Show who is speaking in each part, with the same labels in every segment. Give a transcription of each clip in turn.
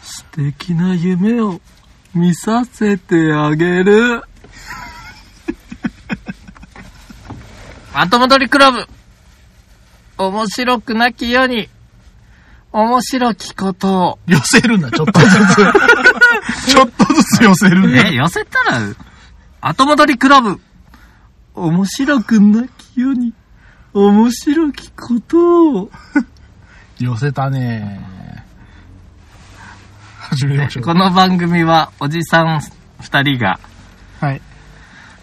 Speaker 1: 素敵な夢を見させてあげ る。まともどりクラブ。面白くなきように、面白きことを。
Speaker 2: 寄せるんだ、ちょっとず つ。ちょっとずつ寄せるんだ。
Speaker 1: え、寄せたら、後戻りクラブ。面白くなきように、面白きことを。
Speaker 2: 寄せたね始めましょう。
Speaker 1: この番組は、おじさん二人が、
Speaker 2: はい。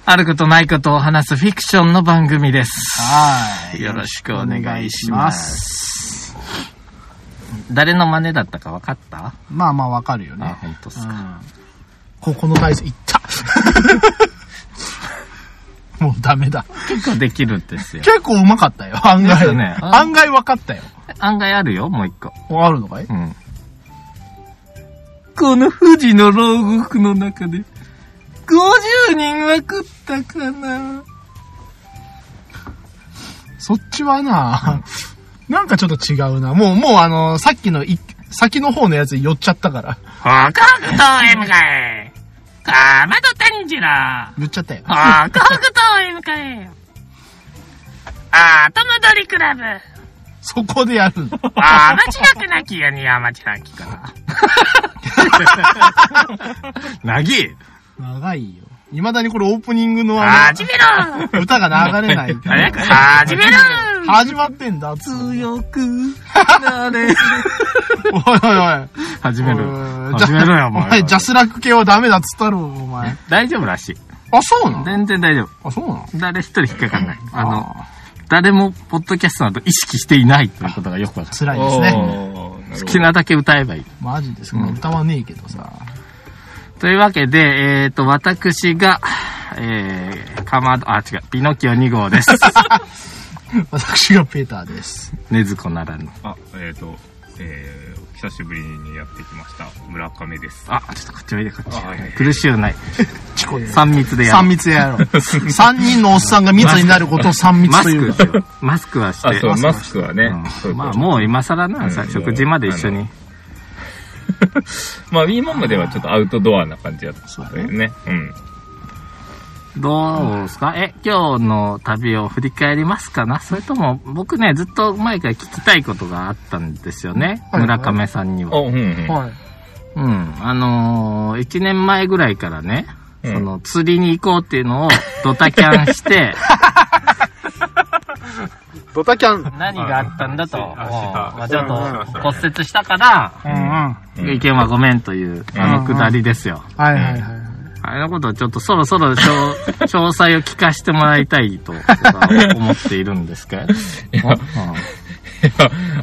Speaker 1: あることないことを話すフィクションの番組です。
Speaker 2: はーい。
Speaker 1: よろしくお願いします。誰の真似だったか分かった
Speaker 2: まあまあわかるよ
Speaker 1: あ、
Speaker 2: ね。
Speaker 1: 本当っ
Speaker 2: う
Speaker 1: すか。
Speaker 2: ん。ここの体勢いった もうダメだ。
Speaker 1: 結構できるんですよ。
Speaker 2: 結構うまかったよ、案
Speaker 1: です
Speaker 2: 外。
Speaker 1: よねうん
Speaker 2: 案外わかったよ。
Speaker 1: 案外あるよ、もう一個。
Speaker 2: あるのかい
Speaker 1: うん。この富士の牢獄の中で、50人は食ったかな。
Speaker 2: そっちはな、なんかちょっと違うな。もう、もうあの、さっきのい、先の方のやつに寄っちゃったから。
Speaker 1: 北北東へ向かえ。かまど炭治郎。
Speaker 2: 言っちゃったよ。
Speaker 1: 北北東へ向か え。あともどりクラブ。
Speaker 2: そこでやるの。
Speaker 1: あ、間違くなきようには間違きかな。なぎ
Speaker 2: 長いよ。未だにこれオープニングのあ
Speaker 1: 始めろ
Speaker 2: の、歌が流れない。
Speaker 1: 早く始めろ
Speaker 2: 始まってんだ。つおい
Speaker 1: 強くなれ。
Speaker 2: おいおい。
Speaker 1: 始める
Speaker 2: お。い
Speaker 1: 始めろよ、お
Speaker 2: お前、
Speaker 1: 前。
Speaker 2: ジャスラック系はダメだっつったろ、お前。
Speaker 1: 大丈夫らしい。
Speaker 2: あ、そうなん
Speaker 1: 全然大丈夫。
Speaker 2: あ、そうなん
Speaker 1: 誰一人引っかかんない。あの、
Speaker 2: あ
Speaker 1: 誰もポッドキャストなど意識していないということがよくわか
Speaker 2: ー辛いですね。
Speaker 3: で
Speaker 1: る。好き。なだけ歌えばいい。
Speaker 2: マジですか、歌わねえけどさ。
Speaker 1: というわけで、えっ、と、私が、えー、かまど、あ、違う、ピノキオ2号です。
Speaker 2: 私がペーターです。
Speaker 1: ねずこならぬ。
Speaker 3: あ、えっ、と、えー、久しぶりにやってきました。村上です。
Speaker 1: あ、ちょっとこっちおいで、こっち
Speaker 3: あはいはい。
Speaker 1: 苦しゅうない。
Speaker 2: チコです。
Speaker 1: 三密でや
Speaker 2: 三
Speaker 1: る。
Speaker 2: 密やろう。三人のおっさんが密になることを三密
Speaker 1: マ
Speaker 2: と
Speaker 1: ス
Speaker 2: いう
Speaker 1: ク
Speaker 2: が。
Speaker 1: ですよマスクはして。
Speaker 3: あ、そう、マスクはね。そうい
Speaker 1: ん
Speaker 3: こと
Speaker 1: まあ、もう今更な、さ
Speaker 3: うん
Speaker 1: 食事まで一緒に。
Speaker 3: まあ、今まではちょっとアウトドアな感じだったよね。うん。
Speaker 1: どうですかえ、今日の旅を振り返りますかなそれとも、僕ね、ずっと前から聞きたいことがあったんですよね。
Speaker 2: はい
Speaker 1: 村上さんに
Speaker 3: あ、
Speaker 1: は。
Speaker 3: うんうん。
Speaker 2: はい。
Speaker 1: うん。あのー、1年前ぐらいからね、
Speaker 3: うん
Speaker 1: その、釣りに行こうっていうのをドタキャン して、
Speaker 2: ドタキャン。うんうん。
Speaker 1: 何があったんだと、
Speaker 3: あ
Speaker 1: もう
Speaker 3: あ
Speaker 1: まあ
Speaker 3: あ
Speaker 1: ちょっ
Speaker 3: そうなんです
Speaker 1: と
Speaker 3: ね
Speaker 1: 骨折したから、
Speaker 2: は
Speaker 3: うん
Speaker 1: 意見はごめんという、あのくだりですよ。
Speaker 2: いはいはいはい。
Speaker 1: あれのことをちょっとそろそろ 詳詳細を聞かせてもらいたいと僕は思っているんですか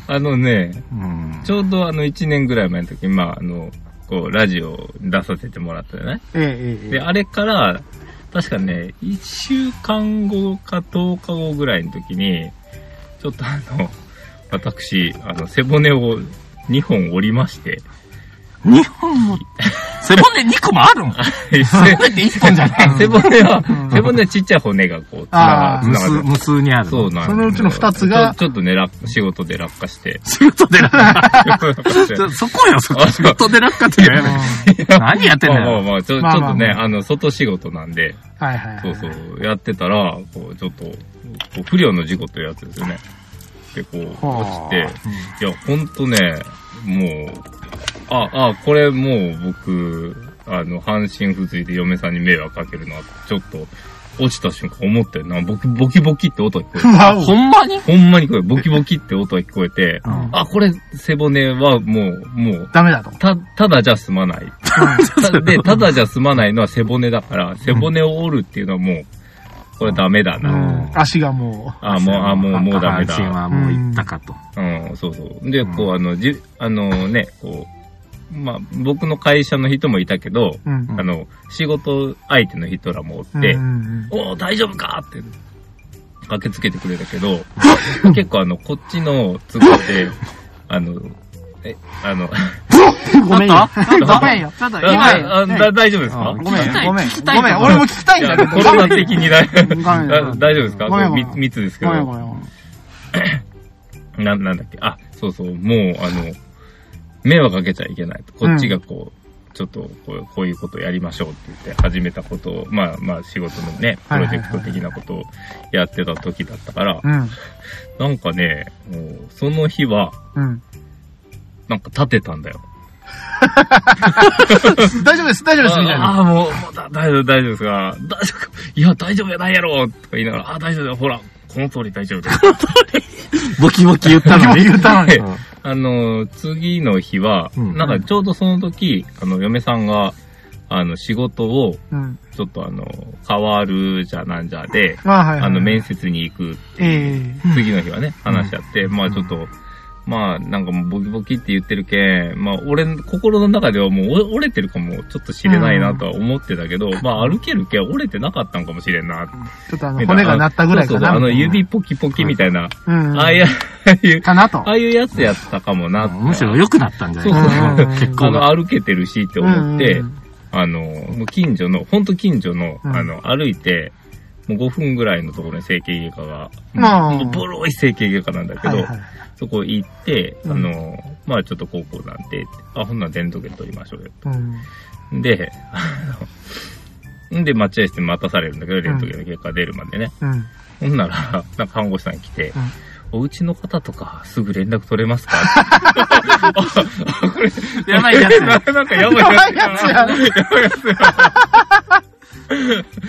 Speaker 3: あのね、
Speaker 1: うん
Speaker 3: ちょうどあの1年ぐらい前の時、まあ、あの、こう、ラジオ出させてもらったよね。
Speaker 2: えええええ
Speaker 3: で、あれから、確かね、1週間後か10日後ぐらいの時に、ちょっとあの、私、あの、背骨を2本折りま して、
Speaker 1: 日本も、背骨2個もあるん
Speaker 3: 背
Speaker 1: だって1本じゃない
Speaker 3: 背骨は、背骨はちっちゃい骨がこう、つな
Speaker 2: あー
Speaker 3: つ
Speaker 1: 無数
Speaker 3: ながって
Speaker 1: 無数にある。
Speaker 3: そうなんですよ
Speaker 2: そのうちの二つが
Speaker 3: ちょちょっとね、落仕事で落下して。
Speaker 1: 仕事で落下。ち ょ
Speaker 3: い
Speaker 1: そこよ、そこ。
Speaker 3: あ
Speaker 1: 仕
Speaker 3: そう
Speaker 1: 事で落下って言うのやめ
Speaker 3: や
Speaker 1: 何やってんだ
Speaker 3: まあまあ
Speaker 1: よ。
Speaker 3: まあ、ちょちょ
Speaker 2: ま
Speaker 3: っ
Speaker 2: あまあまあ
Speaker 3: とね、あの、外仕事なんで、
Speaker 2: はいはいはい。
Speaker 3: そうそう、やってたら、こう、ちょっと、こう不良の事故というやつですよね。で、こう、
Speaker 2: はあ
Speaker 3: 落ちて、いや、ほんとね、もう、あ、あ、これもう僕、あの、半身不随で嫁さんに迷惑かけるなって、ちょっと、落ちた瞬間思ったよな、ボキボキボキって音が聞こえて。
Speaker 2: まあ
Speaker 1: ほんまに
Speaker 3: ほんまにこれ、ボキボキって音が聞こえて、
Speaker 1: うん
Speaker 3: あ、これ、背骨はもう、もう、
Speaker 2: ダメだと。
Speaker 3: た、ただじゃ済まない。たで、ただじゃ済まないのは背骨だから、背骨を折るっていうのはもう、これダメだ
Speaker 2: う
Speaker 3: な。
Speaker 2: ん。足がも
Speaker 3: あ、もう、あ、もう、もうダメだ
Speaker 1: 阪。神はもう行ったかと。
Speaker 3: うん、そうそう。で、こう、あの、じ、あのね、こう、まあ、僕の会社の人もいたけど、
Speaker 2: う、うん。
Speaker 3: あの、仕事相手の人らもおって、
Speaker 2: うん
Speaker 3: おお、大丈夫かって、駆けつけてくれたけど、結構あの、こっちの都合で、あの、え、あの、
Speaker 2: うん、ごめんよ。
Speaker 1: ちょっと
Speaker 2: ごめんよ。ちょっと
Speaker 3: あ
Speaker 2: 今、
Speaker 3: あだ大丈夫です
Speaker 1: あ
Speaker 3: か
Speaker 2: ごめん
Speaker 1: 聞きたい
Speaker 2: ごめん
Speaker 1: 聞きたい。
Speaker 2: ごめん、俺も聞きたい
Speaker 3: い
Speaker 2: んだ
Speaker 3: や、
Speaker 2: けど。
Speaker 3: コロナ的にだい
Speaker 2: んごめん
Speaker 3: あ大丈夫ですか
Speaker 2: ごめんごめん
Speaker 3: み密ですけ
Speaker 2: ご
Speaker 3: ど
Speaker 2: めん。ごめん。
Speaker 3: な、なんだっけあ、そうそう、もう、あの、迷惑かけちゃいけないと。こっちがこう、ちょっとこうこういうことをやりましょうって言って始めたことを、まあまあ仕事のね、プ
Speaker 2: はいは
Speaker 3: ロ
Speaker 2: いはい
Speaker 3: ジェクト的なことをやってた時だったから、
Speaker 2: うん。
Speaker 3: なんかね、もうその日は、
Speaker 2: うん。
Speaker 3: なんか立てたんだよ。
Speaker 2: 大丈夫です、大丈夫です、みたい
Speaker 3: あ
Speaker 2: な。
Speaker 3: あ、もう、もうだ大丈夫、大丈夫ですが、大丈夫か、いや、大丈夫やないやろとか言いながら、ああ、大丈夫だよ、ほら、この通り大丈夫です。
Speaker 1: ボキボキ言ったの に。
Speaker 2: 言ったのに。
Speaker 3: であの、次の日は、
Speaker 2: うん
Speaker 3: なんかちょうどその時、あの、嫁さんが、あの、仕事を、
Speaker 2: うん。
Speaker 3: ちょっとあの、変わるじゃなんじゃで、
Speaker 2: まあ、はいはい。
Speaker 3: あの、面接に行く、
Speaker 2: ええ
Speaker 3: 次の日はね、話し合って、まあちょっと、まあなんかもうボキボキって言ってるけん、まあ俺、心の中ではもう折折れてるかもちょっと知れないなとは思ってたけど、まあ歩けるけん折れてなかったんかもしれんなって。
Speaker 2: ちょっとあの、骨が鳴ったぐらいかな。
Speaker 3: そうそうそうあの
Speaker 2: みたいな
Speaker 3: 指、ポキポキみたいな、
Speaker 2: うん。
Speaker 3: ああいう、ああいう、
Speaker 2: かなと。
Speaker 3: ああいうやつやったかもなって。
Speaker 1: むしろ良くなったんじゃない
Speaker 3: そうそう
Speaker 2: うんうんうん
Speaker 1: 結
Speaker 3: あ
Speaker 1: 構
Speaker 3: の、歩けてるしって思って、
Speaker 2: うん
Speaker 3: あの、もう近所の、ほんと近所の、
Speaker 2: うん
Speaker 3: あの、歩いて、もう5分ぐらいのところに整形外科が、
Speaker 2: あー
Speaker 3: もうボロい整形外科なんだけど、
Speaker 2: はいはい。
Speaker 3: そこ行って、あ
Speaker 2: うん
Speaker 3: の、まあちょっと高校なんで、あ、ほんなら電動券取りましょうよ。
Speaker 2: うん。
Speaker 3: で、 あの、んで待合室に待たされるんだけど、レントゲンの結果出るまでね。
Speaker 2: うん。
Speaker 3: ほんなら、なんか看護師さん来て、お家の方とかすぐ連絡取れますかああこれ、
Speaker 1: やばいやつ
Speaker 3: ななんかやばいやつ
Speaker 2: やばい
Speaker 3: やばいやつや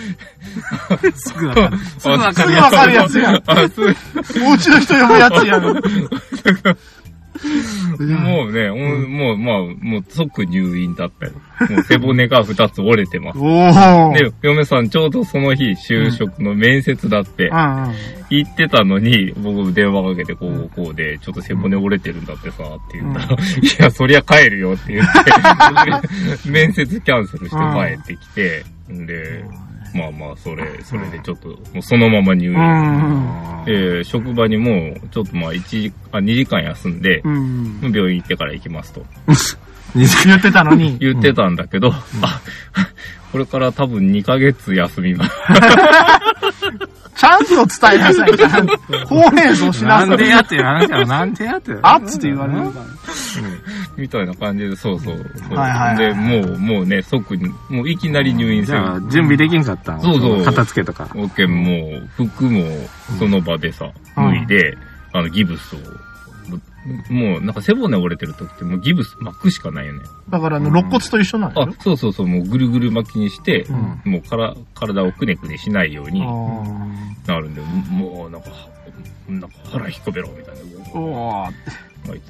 Speaker 1: すぐわかる。すぐわかる
Speaker 2: すぐわかる
Speaker 1: や
Speaker 2: やつやん。
Speaker 3: あすぐ
Speaker 2: お家の人呼ぶやつや ん。も
Speaker 3: もうね、もう、もう、まあ、もう即入院だったよ。もう背骨が二つ折れてます
Speaker 2: う。。おお。
Speaker 3: で、嫁さんちょうどその日就職の面接だって、
Speaker 2: うんうん。
Speaker 3: 行ってたのに、僕電話かけてこ
Speaker 2: うん
Speaker 3: うこうで、ちょっと背骨折れてるんだってさ、って言ったら、 いや、そりゃ帰るよって言って、 面接キャンセルして帰ってきて、んで、まあまあ、それ、それでちょっと、もうそのまま入
Speaker 2: う
Speaker 3: 院。
Speaker 2: ん
Speaker 3: で、職場にもう、ちょっとまあ、1時、あ、2時間休んで
Speaker 2: う、ん。
Speaker 3: 病院行ってから行きますと。
Speaker 2: 言ってたのに。
Speaker 3: 言ってたんだけど、あ、 これから多分2ヶ月休みます。
Speaker 2: ちゃんと伝えなさい。ちゃんと。ほうれん草し
Speaker 1: な
Speaker 2: なさ
Speaker 1: ん
Speaker 2: い。
Speaker 1: でやっていう話やろ。なんでやって
Speaker 2: あっつって言われるから。
Speaker 3: みたいな感じで、そうそう。そう
Speaker 2: はいはい
Speaker 3: で、もう、もうね、即に、もういきなり入院す
Speaker 1: じ
Speaker 3: る。
Speaker 1: ゃあ、準備できんかったん
Speaker 3: そうそう
Speaker 1: 片付けとか。
Speaker 3: オッケーもう、服も、その場でさ、
Speaker 2: うん
Speaker 3: 脱いで、あの、ギブスを、もう、なんか背骨折れてる時って、もうギブス巻くしかないよね。
Speaker 2: だから、あの、肋骨と一緒なん
Speaker 3: あ
Speaker 2: よ。、
Speaker 3: そうそうそう、もうぐるぐる巻きにして、
Speaker 2: うん
Speaker 3: もうから、体をくねくねしないように
Speaker 2: あ
Speaker 3: なるんで、もう、なんか、なんか腹引っ込めろ、みたいな。
Speaker 2: おー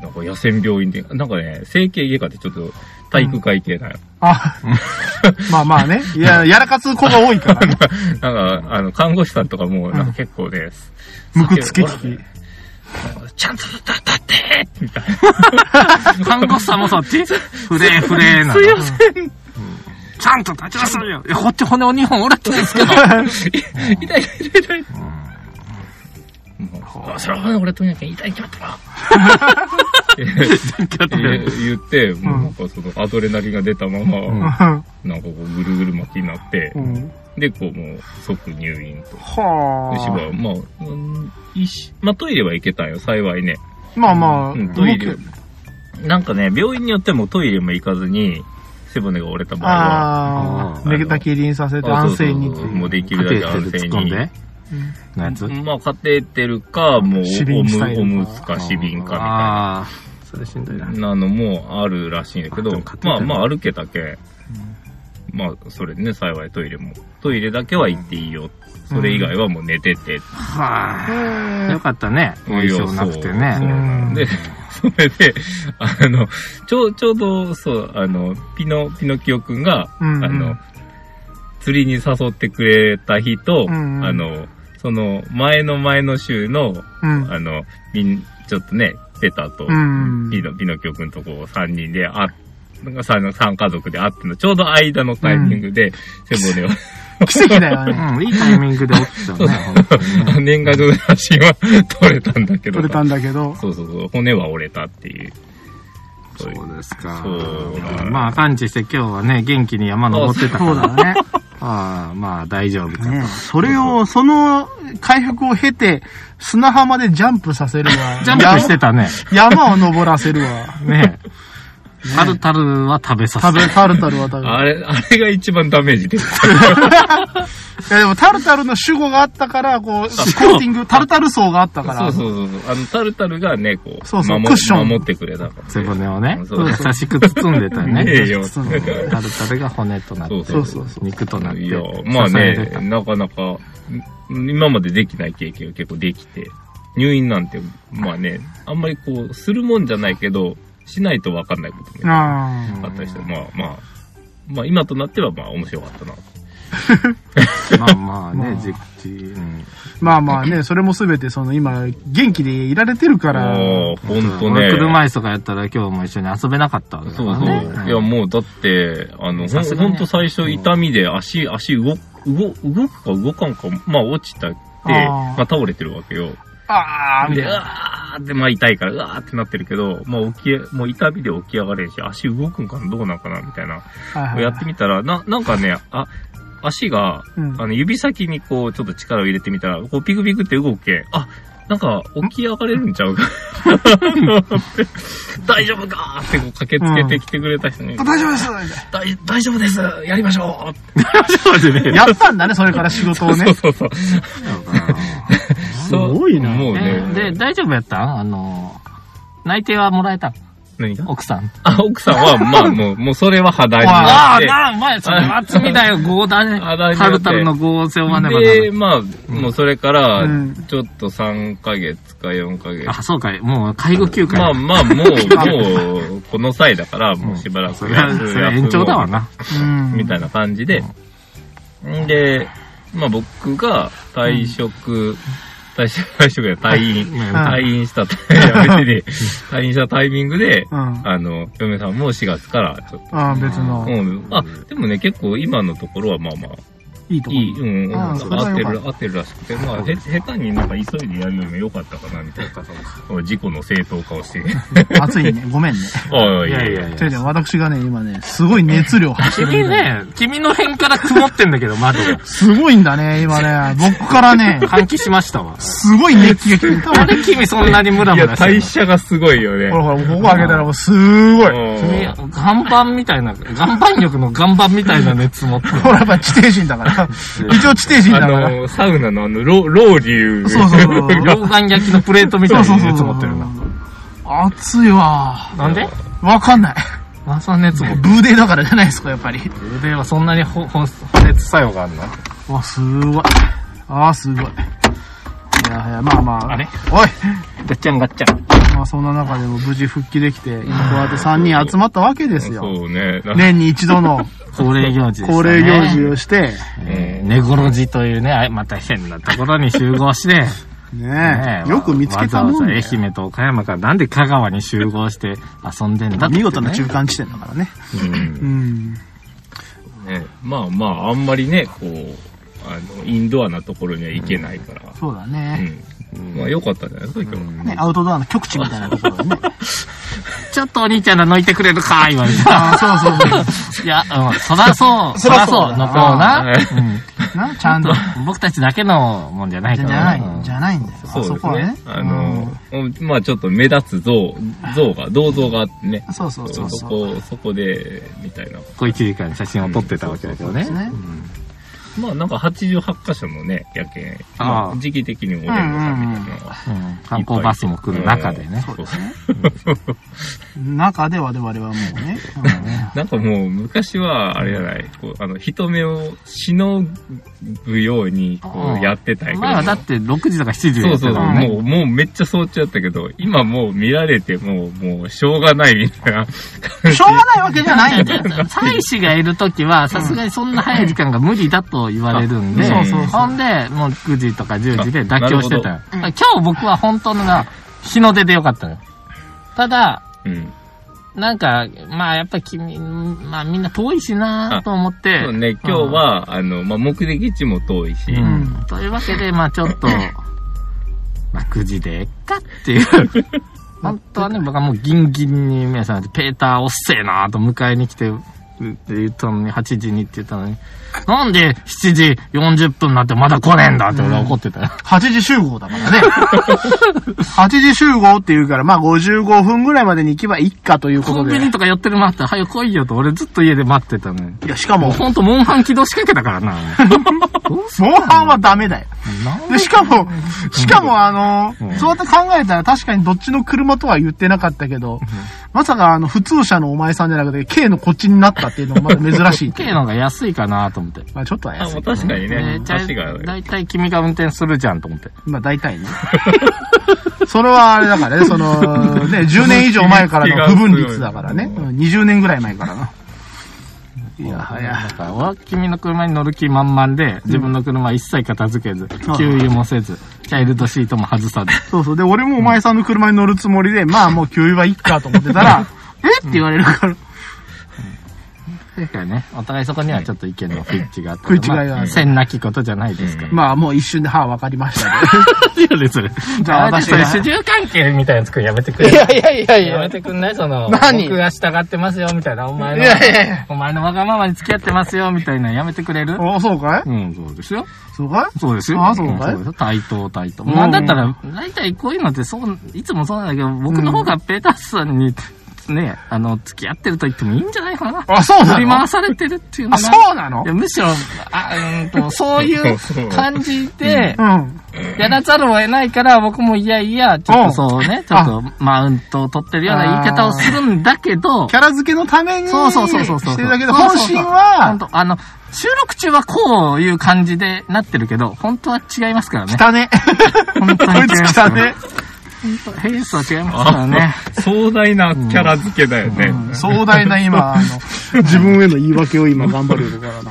Speaker 3: なんか野戦病院で、なんかね、整形外科ってちょっと体育会系だよ。
Speaker 2: あ、 まあまあね。いや、やらかす子が多いから ね。
Speaker 3: なんか、あの、看護師さんとかも、なんか結構ね、
Speaker 2: むくつけ聞き。
Speaker 3: ちゃんと立ってみたいな。
Speaker 1: 看護師さんもそっ ちフレーフレーなの。
Speaker 3: すいません
Speaker 1: ちゃんと立ちなさいよ。いや、こっち骨を2本折れてるんですけど。
Speaker 3: 痛い痛い痛い痛い。もう、それは俺とにかく痛い決まったな。言って、もうなんかそのアドレナリンが出たまま、なんかこうぐるぐる巻きになって
Speaker 2: う、ん。
Speaker 3: で、こうもう即入院と。
Speaker 2: は
Speaker 3: しば
Speaker 2: あ。
Speaker 3: らくまあ、うんいしまあトイレは行けたんよ、幸いね。
Speaker 2: まあまあ
Speaker 3: うん、トイ
Speaker 2: 動
Speaker 3: レ
Speaker 2: く。
Speaker 3: なんかね、病院によってもトイレも行かずに、背骨が折れた場合は、
Speaker 2: あ
Speaker 1: あ
Speaker 2: あ、
Speaker 1: ー
Speaker 2: めげたキリンさせて
Speaker 3: あ
Speaker 2: 安
Speaker 3: そうそう
Speaker 2: 静
Speaker 3: そう
Speaker 2: にっていう
Speaker 3: もうでき
Speaker 1: カテ
Speaker 3: る
Speaker 1: ー
Speaker 3: だ
Speaker 1: テ
Speaker 3: け
Speaker 1: ル
Speaker 3: 安
Speaker 1: 突
Speaker 3: 静
Speaker 1: っ込ん
Speaker 3: に。
Speaker 1: で
Speaker 2: うん
Speaker 1: のやつ
Speaker 3: まあ、カテーテルか、もう、
Speaker 2: シリンジ
Speaker 3: お
Speaker 2: タイ
Speaker 3: む、
Speaker 2: ル
Speaker 3: お
Speaker 2: か
Speaker 3: むつか、シビンか
Speaker 1: ああ、それしんどい
Speaker 3: み
Speaker 1: な
Speaker 3: たい。な。なのもあるらしいんだけ
Speaker 1: あで
Speaker 3: ど
Speaker 1: もカテー、テル
Speaker 3: まあまあ歩けたけ、まあ、それでね、幸いトイレも。トイレだけは行っていいよ。それ以外はもう寝てて。
Speaker 1: はあ。
Speaker 2: へ
Speaker 1: よかったね。
Speaker 3: うん
Speaker 1: 後遺症なくて
Speaker 3: そう
Speaker 1: ね。
Speaker 2: うん
Speaker 3: で、 それで、あの、ちょう、ちょうど、そう、あの、ピノ、ピノキオくんが、
Speaker 2: うんうん
Speaker 3: あの、釣りに誘ってくれた日と、
Speaker 2: うんうん
Speaker 3: あの、その、前の前の週の、
Speaker 2: うん。
Speaker 3: あの、みん、ちょっとね、ペタと、
Speaker 2: うん
Speaker 3: ピノ、ピノキオくんとこう3人で、あ、なんか 3, 三家族で会っての、ちょうど間のタイミングで、背骨を、
Speaker 2: 奇跡だよね。
Speaker 1: うん、いいタイミングで起きたね、本当にね。
Speaker 3: 年賀状の写真は撮れたんだけど
Speaker 2: 取れたんだけど。
Speaker 3: そうそうそう、骨は折れたっていう。そういう
Speaker 1: そうですか。
Speaker 3: そう
Speaker 1: まあ、完治して今日はね、元気に山登ってたか
Speaker 2: そう
Speaker 1: ら。
Speaker 2: だね。
Speaker 1: ああ、まあ、大丈夫かと。
Speaker 2: ね それを、その回復を経て、 砂浜でジャンプさせるわ。
Speaker 1: ジャンプしてたね。
Speaker 2: 山山を登らせるわ。
Speaker 1: ね タルタルは食べさせな
Speaker 2: 食べ、
Speaker 1: い。
Speaker 2: タルタルは食べる。
Speaker 3: あれ、あれが一番ダメージでした。
Speaker 2: いやでもタルタルの主語があったから、こう、コ
Speaker 1: そう
Speaker 2: ーティング、タルタル層があったから。
Speaker 3: そうそうそうそう。あの、タルタルがね、こう、
Speaker 2: そうそう
Speaker 3: 守
Speaker 2: クッション
Speaker 3: 守ってくれたから。
Speaker 1: 背骨をね、
Speaker 3: そうそう
Speaker 1: 優しく包んでたよね。
Speaker 3: ね えよ
Speaker 1: そうタルタルが骨となって、
Speaker 3: そう
Speaker 2: そうそう
Speaker 1: 肉となって。
Speaker 3: いや、まあ
Speaker 1: 支えて
Speaker 3: ね
Speaker 1: た、
Speaker 3: なかなか、ん今までできない経験が結構できて、入院なんて、まあね、あんまりこう、するもんじゃないけど、しないとわかんないこともあ
Speaker 2: あ
Speaker 3: ったりして、まあまあ、まあ今となってはまあ面白かったな。
Speaker 1: まあま あね、
Speaker 2: まあ
Speaker 1: 実地、うん。
Speaker 2: ーまあまあね、それもすべて、その今、元気でいられてるから、
Speaker 3: ああ、ほんと
Speaker 1: 俺
Speaker 3: ね。
Speaker 1: 車椅子とかやったら今日も一緒に遊べなかったわけだか
Speaker 3: そう
Speaker 1: ら
Speaker 3: そう。
Speaker 1: ね。ん
Speaker 3: いや、もうだって、あの、ほ
Speaker 1: さす
Speaker 3: ん
Speaker 1: が
Speaker 3: ほ
Speaker 1: ね
Speaker 3: んと最初痛みで足、足動く、動動くか動かんか、まあ落ちたって、まあ倒れてるわけよ。
Speaker 2: ああ、みた
Speaker 3: で、
Speaker 2: いうな。
Speaker 3: わーって、まあ痛いから、うわーってなってるけど、まあ起きえ、もう痛みで起き上がれんし、足動くんかな、どうなんかな、みたいな。
Speaker 2: はいはい
Speaker 3: やってみたら、な、なんかね、あ、足が、
Speaker 2: うん
Speaker 3: あの、指先にこう、ちょっと力を入れてみたら、こう、ピクピクって動くけん、あ、なんか、起き上がれるんちゃうか。大丈夫かーってこう駆けつけてきてくれた人に、
Speaker 2: 大丈夫ですみたい な
Speaker 3: 大大丈夫ですやりましょ
Speaker 2: やったんだね、それから仕事を
Speaker 3: うそう
Speaker 2: ね。
Speaker 3: そうそう。す
Speaker 2: ごいな
Speaker 3: もうね。
Speaker 1: で、で、大丈夫やったんあの、内定はもらえたん
Speaker 3: 何が
Speaker 1: 奥さん。
Speaker 3: あ、奥さんは、ま あ、もう、もうそれは肌にな
Speaker 1: あ
Speaker 3: っ
Speaker 1: あ、
Speaker 3: て。
Speaker 1: なあ、お前、それは罪 だよ、合だね
Speaker 3: あだ。に
Speaker 1: タ
Speaker 3: なって
Speaker 1: ルタルの合を背負わねばならな
Speaker 3: で、
Speaker 1: い。
Speaker 3: まあ、もうそれから
Speaker 2: うん、
Speaker 3: ちょっと3ヶ月か4ヶ月。
Speaker 1: あ、そうか、もう介護休暇
Speaker 3: ま
Speaker 1: や。
Speaker 3: あま あ、もう、もう、この際だから、もうしばら
Speaker 1: そ
Speaker 3: く
Speaker 1: れは、それは延長だわな。
Speaker 2: うん
Speaker 3: みたいな感じで。んで、まあ僕が退職、退職、 退職や退院、
Speaker 1: まあ
Speaker 3: 退院した、いや別に、退院したタイミングで、
Speaker 2: うん。
Speaker 3: あの、嫁さんも4月から、ちょっと。
Speaker 2: ああ、別の、
Speaker 3: うん、あ、でもね、結構今のところはまあまあ、
Speaker 2: いいとこ。
Speaker 3: いい、うん、うん、
Speaker 2: あ
Speaker 3: 合
Speaker 2: あそれは
Speaker 3: って
Speaker 2: よ
Speaker 3: る、
Speaker 2: か
Speaker 3: 合ってるらしくて、まあ、へ、下手になんか急いでやるよりも良かったかな、みたいな。事故の正当化をして。
Speaker 2: 暑いね。ごめんね。
Speaker 3: ああ、
Speaker 1: い
Speaker 3: い
Speaker 1: や
Speaker 3: や
Speaker 1: い
Speaker 3: い
Speaker 1: や
Speaker 3: や。
Speaker 1: い
Speaker 2: 違う
Speaker 1: や。
Speaker 2: 違う、私がね、今ね、すごい熱量走って
Speaker 1: 君
Speaker 2: るんだよ。
Speaker 1: ね、君の辺から曇ってんだけど、窓が。
Speaker 2: すごいんだね、今ね。僕からね、
Speaker 1: 換気しましたわ。
Speaker 2: すごい熱気が来てた。
Speaker 1: なん で君そんなにムラ
Speaker 3: い
Speaker 1: ム
Speaker 3: や、
Speaker 1: ラしてん
Speaker 3: 代
Speaker 1: の
Speaker 3: 謝がすごいよね
Speaker 2: ほ。らほら、ここ開けたらもうすごい。
Speaker 1: 君
Speaker 3: う、
Speaker 1: 岩盤みたいな、岩盤力の岩盤みたいな熱持ってる。
Speaker 2: ほら、やっぱ地底人だから。一応地底人
Speaker 3: ん。
Speaker 2: だ
Speaker 3: あ
Speaker 2: から。
Speaker 3: の、サウナのあの、ロロウリュ
Speaker 2: そうそうそう。
Speaker 1: 溶岩焼きのプレートみた
Speaker 2: そう
Speaker 1: い
Speaker 2: そう
Speaker 1: な熱
Speaker 2: そうそ
Speaker 1: 持ってるな。
Speaker 2: う。熱いわ。
Speaker 1: なんで
Speaker 2: わかんない。
Speaker 1: まあ、その熱持ってる。
Speaker 2: ブーデーだからじゃないですか、やっぱり。
Speaker 1: 腕はそんなにほほ補熱作用があるの
Speaker 2: わ、すごい。ああ、すごい。いやいや、まあまあ。
Speaker 1: あれ
Speaker 2: おい
Speaker 1: ガッチャンガッチャン。
Speaker 2: まあそんな中でも無事復帰できて、今こうやって3人集まったわけですよ。
Speaker 3: そうね。なんか
Speaker 2: 年に一度の
Speaker 1: 恒例行事でしたね。
Speaker 2: 恒例行事をして、
Speaker 1: えー。寝転じというね、あまた変なところに集合して、
Speaker 2: ね
Speaker 1: ね
Speaker 2: え、よく見つけたもんね
Speaker 1: わざわ。ざ愛媛と岡山からなんで香川に集合して遊んでんだってね
Speaker 2: 見事な中間地点だからね。
Speaker 3: うん
Speaker 2: うん。
Speaker 3: ねまあまあ、あんまりね、こう、あの、インドアなところには行けないから。
Speaker 2: そうだ
Speaker 3: う
Speaker 2: ね。
Speaker 3: ん。まあ、良かったんじゃないですか、今日。
Speaker 2: ね、アウトドアの極地みたいなところでね。
Speaker 1: ちょっとお兄ちゃんら抜いてくれるか 言われた。
Speaker 2: ああ、そうそうそ
Speaker 1: いや、うん、そらそう、そ
Speaker 2: そら
Speaker 1: ら
Speaker 2: そう
Speaker 1: そう、のコー ナー。うん
Speaker 2: う。な、ちゃんと。
Speaker 1: 僕たちだけのもんじゃない
Speaker 2: じ
Speaker 1: か
Speaker 2: ゃ
Speaker 1: ら。
Speaker 2: ない、じゃないんだよ。あそう
Speaker 3: そで
Speaker 2: こ
Speaker 3: す
Speaker 2: は
Speaker 3: ね
Speaker 2: ね。。
Speaker 3: あの、まあちょっと目立つ像、像が、銅像があってね
Speaker 2: う。んそうそうそう
Speaker 3: そ
Speaker 2: そう。
Speaker 3: こ、そこで、みたいな。
Speaker 1: こう1時間写真を撮ってたわけだけどね。
Speaker 2: ね。
Speaker 3: まあなんか88箇所のね、夜景。
Speaker 1: ああ
Speaker 3: まあ時期的にもお出迎えみたいなのが。
Speaker 1: うん観光バスも来る中でね。
Speaker 3: そうですね。
Speaker 2: 中で我々はもうね。
Speaker 3: なんかもう昔は、あれじゃない、こう、あの、人目をしのぐように、こ
Speaker 1: うん
Speaker 3: う、やってたんやけども。
Speaker 1: 前はだって6時とか7時で
Speaker 3: そ
Speaker 1: や
Speaker 3: う
Speaker 1: って
Speaker 3: そ
Speaker 1: た
Speaker 3: うそう、
Speaker 1: もんね。
Speaker 3: もう、もうめっちゃ早朝やったけど、今もう見られて、もう、もう、しょうがないみたいな。
Speaker 2: うんしょうがないわけじ ゃないんだよ。
Speaker 1: 大使がいるときは、さすがにそんな早い時間が無理だと言われるんで、
Speaker 3: あそうそうそう
Speaker 1: ほんで、もう9時とか10時で妥協してたよ
Speaker 3: あ。
Speaker 1: 今日僕は本当のが、日の出でよかったのよ。ただ、
Speaker 3: うん。
Speaker 1: なんか、まあやっぱり君、まあみんな遠いしなと思って。
Speaker 3: そうね、今日は、あの、まあ、目的地も遠いし、
Speaker 1: うん。
Speaker 2: ん
Speaker 1: というわけで、まあちょっと、まあ9時でえっかっていう。本当はね、僕はもうギンギンに皆さん、ペーターおっせえなと迎えに来て、って言ったのに、8時にって言ったのに、なんで7時40分になってまだ来ねえんだって俺は怒ってたよ。
Speaker 2: 8時集合だからね。8時集合って言うから、まあ55分ぐらいまでに行けばいいかというこ
Speaker 1: コ
Speaker 2: と
Speaker 1: ン
Speaker 2: で
Speaker 1: ビ。ニとか寄ってる待って、早く来いよと俺ずっと家で待ってたのよ。
Speaker 2: いや、しかも、
Speaker 1: ほんと、モンハン起動しかけたからな。どうす
Speaker 2: モンハンはダメだよ。
Speaker 1: なん
Speaker 2: で、しかも、しかもあの、そうやって考えたら確かにどっちの車とは言ってなかったけど、まさかあの、普通車のお前さんじゃなくて、K のこっちになったっていうのがまだ珍しい。
Speaker 1: K の方が安いかなと思って。
Speaker 2: まあちょっとは
Speaker 3: あ、
Speaker 2: 安
Speaker 3: もう
Speaker 2: い。
Speaker 3: 確かにね、
Speaker 1: えーじゃ
Speaker 3: 足が、
Speaker 1: あ、だいたい君が運転するじゃんと思って。
Speaker 2: まあ大体ね。それはあれだからね、その、 ね、10年以上前からの不分率だからね。うん20年ぐらい前からの。いや、はや
Speaker 1: だ。から、俺は君の車に乗る気満々で、自分の車は一切片付けず、給油もせず、チャイルドシートも外さず。
Speaker 2: そうそう。で、俺もお前さんの車に乗るつもりで、まあもう給油はいっかと思ってたら、 えって言われるから。
Speaker 1: だからね、お互いそこにはちょっと意見の食い違いがあって。
Speaker 2: 食い違いがある
Speaker 1: まあせんなきことじゃないですから。
Speaker 2: まあもう一瞬で、はあ、わかりましたね。
Speaker 1: いやね、そ れ。
Speaker 2: じゃあ私が
Speaker 1: れ主従関係みたいなの作るのやめてくれ。
Speaker 2: いやいやい
Speaker 1: やめてくんないその、
Speaker 2: 何
Speaker 1: 僕が従ってますよ、みたいな。お前の、
Speaker 2: いやいやいや
Speaker 1: お前のわがままに付き合ってますよ、みたいな。やめてくれる
Speaker 2: お、そうかい
Speaker 1: うん、 そうですよ。
Speaker 2: そうかい
Speaker 1: そうですよ。
Speaker 2: あそうかい
Speaker 1: んですよ対等、対等。
Speaker 2: ん
Speaker 1: なんだったら、大体こういうのってそう、いつもそうなんだけど、僕の方がペーターさんに、ね、あの、付き合ってると言ってもいいんじゃないかな。
Speaker 2: あ、そうな
Speaker 1: 振り
Speaker 2: の
Speaker 1: 回されてるっていうの
Speaker 2: あ、
Speaker 1: が。
Speaker 2: そうなの
Speaker 1: いやむしろ、あうんと、そういう感じで、
Speaker 2: うん。
Speaker 1: やらざるを得ないから、僕もいやいや、ちょっとそうね、ちょっとマウントを取ってるような言い方をするんだけど
Speaker 2: キ、ャラ付けのために、
Speaker 1: そうそうそうそうそう。
Speaker 2: してるだけど、
Speaker 1: そうそ
Speaker 2: 本
Speaker 1: うそう
Speaker 2: 心
Speaker 1: 本
Speaker 2: は、
Speaker 1: 当あの、収録中はこういう感じでなってるけど、本当は違いますからね。
Speaker 2: 汚ね。
Speaker 1: 本当に違
Speaker 2: こ
Speaker 1: いま
Speaker 2: いつ
Speaker 1: すから
Speaker 2: 汚
Speaker 1: ね
Speaker 2: ね。。
Speaker 1: ヘイスは違いますから
Speaker 3: あ、
Speaker 1: ね。
Speaker 3: 壮大なキャラ付けだよね。
Speaker 2: 壮大な今、あの、自分への言い訳を今頑張るからな。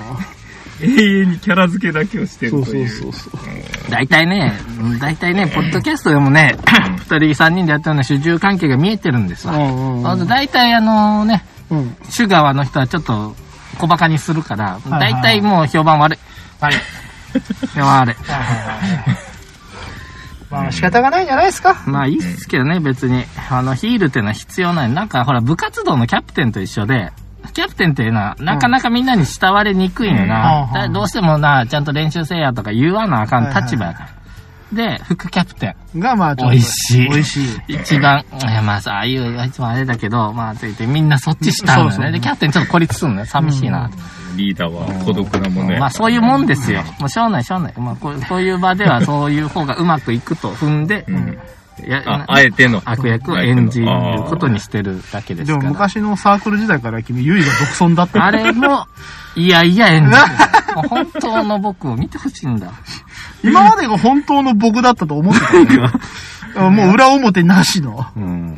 Speaker 3: 永遠にキャラ付けだけをしてる
Speaker 2: そう
Speaker 3: と
Speaker 2: そ
Speaker 3: いうう。
Speaker 2: そうそう。
Speaker 1: 大体ね、大体ね、ポッドキャストでもね、二人三人でやったような主従関係が見えてるんですわ。
Speaker 2: うんうんうん
Speaker 1: そうすると大体あのね、
Speaker 2: うん。
Speaker 1: シュガーの人はちょっと小馬鹿にするから、
Speaker 2: いはい
Speaker 1: 大体もう評判悪い。
Speaker 2: はい。
Speaker 1: 評判悪い。
Speaker 2: まあ仕方がないんじゃないですか。
Speaker 1: まあいいっすけどね、別に。あの、ヒールってのは必要ない。なんかほら、部活動のキャプテンと一緒で、キャプテンっていうのは、なかなかみんなに慕われにくいよな。
Speaker 2: うん
Speaker 1: だどうしてもな、ちゃんと練習せえやとか言わなあかん立場やから。で、副キャプテン。
Speaker 2: が、まあちょっと。
Speaker 1: 美味しい
Speaker 2: 美味しい。
Speaker 1: 一番、いやまあさ、ああいう、いつもあれだけど、まあ、ついてみんなそっちしたんだよね。
Speaker 2: そうそう
Speaker 1: で、キャプテンちょっと孤立するのよ。寂しいな。
Speaker 3: リーダーは孤独なものや。
Speaker 1: まあそういうもんですよ。もうしょうないしょうない。まあこうこういう場ではそういう方がうまくいくと踏んで、
Speaker 3: うん
Speaker 1: や
Speaker 3: あ、あえての。
Speaker 1: 悪役を演じることにしてるだけです
Speaker 2: で
Speaker 1: か
Speaker 2: も
Speaker 1: ら。
Speaker 2: 昔のサークル時代から君、ゆいが独尊だった。
Speaker 1: あれも、いやいや演じる。もう本当の僕を見てほしいんだ。
Speaker 2: 今までが本当の僕だったと思って たよもう裏表なしの、
Speaker 1: うん。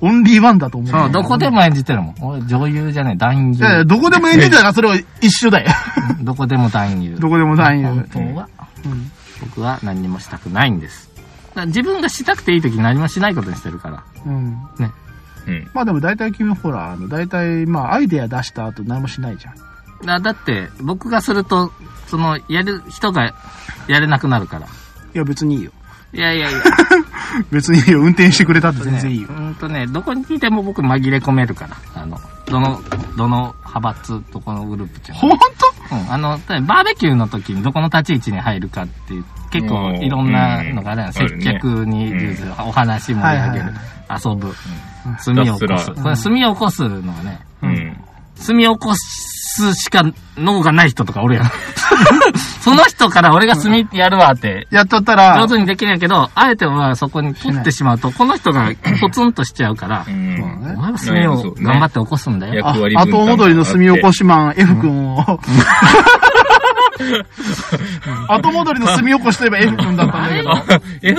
Speaker 2: オンリーワンだと思って
Speaker 1: そ
Speaker 2: た
Speaker 1: う、どこでも演じてるもん。俺女優じゃない、男
Speaker 2: いやいや
Speaker 1: 優。
Speaker 2: どこでも演じてたからそれは一緒だよ。
Speaker 1: どこでも男優。
Speaker 2: どこでも男優
Speaker 1: 本。当は、僕は何にもしたくないんです。だから自分がしたくていい時に何もしないことにしてるから。
Speaker 2: うん。
Speaker 1: ね。
Speaker 3: うん。
Speaker 2: まあでも大体君ほら、あの大体まあアイデア出した後何もしないじゃん。
Speaker 1: だだって、僕がすると、その、やる人がやれなくなるから。
Speaker 2: いや別にいいよ。
Speaker 1: いやいやいや。
Speaker 2: 別にいいよ。運転してくれたって全然 いいよ。
Speaker 1: うんとね、どこにいても僕紛れ込めるから。あの、どの、どの派閥、どこのグループじゃん。
Speaker 2: ほんと
Speaker 1: うん、あの、ただバーベキューの時にどこの立ち位置に入るかっていう、結構いろんなのがあるやん
Speaker 3: うん
Speaker 1: 接客に
Speaker 3: うん
Speaker 1: 融通、お話盛り上げる、
Speaker 2: はいはい
Speaker 1: 遊ぶ、炭を起こ
Speaker 3: ひた
Speaker 1: す。
Speaker 3: すら
Speaker 1: これ炭を起こすのはね、
Speaker 3: うん。
Speaker 1: 炭を起こすしか脳がない人とかおるやん。その人から俺が炭やるわって、
Speaker 2: やっとった
Speaker 1: 上
Speaker 2: ら、
Speaker 1: 手にできないけど、あえてはそこに取ってしまうと、この人がポツンとしちゃうから
Speaker 3: う、ん。
Speaker 2: まあ
Speaker 1: お前
Speaker 2: ね
Speaker 1: は炭を頑張って起こすんだよ。
Speaker 2: あ
Speaker 3: 役割分担
Speaker 2: 後戻りの炭起こしマン F 君を。 後戻りの炭起こしといえば F 君だったんだけど。
Speaker 3: あ、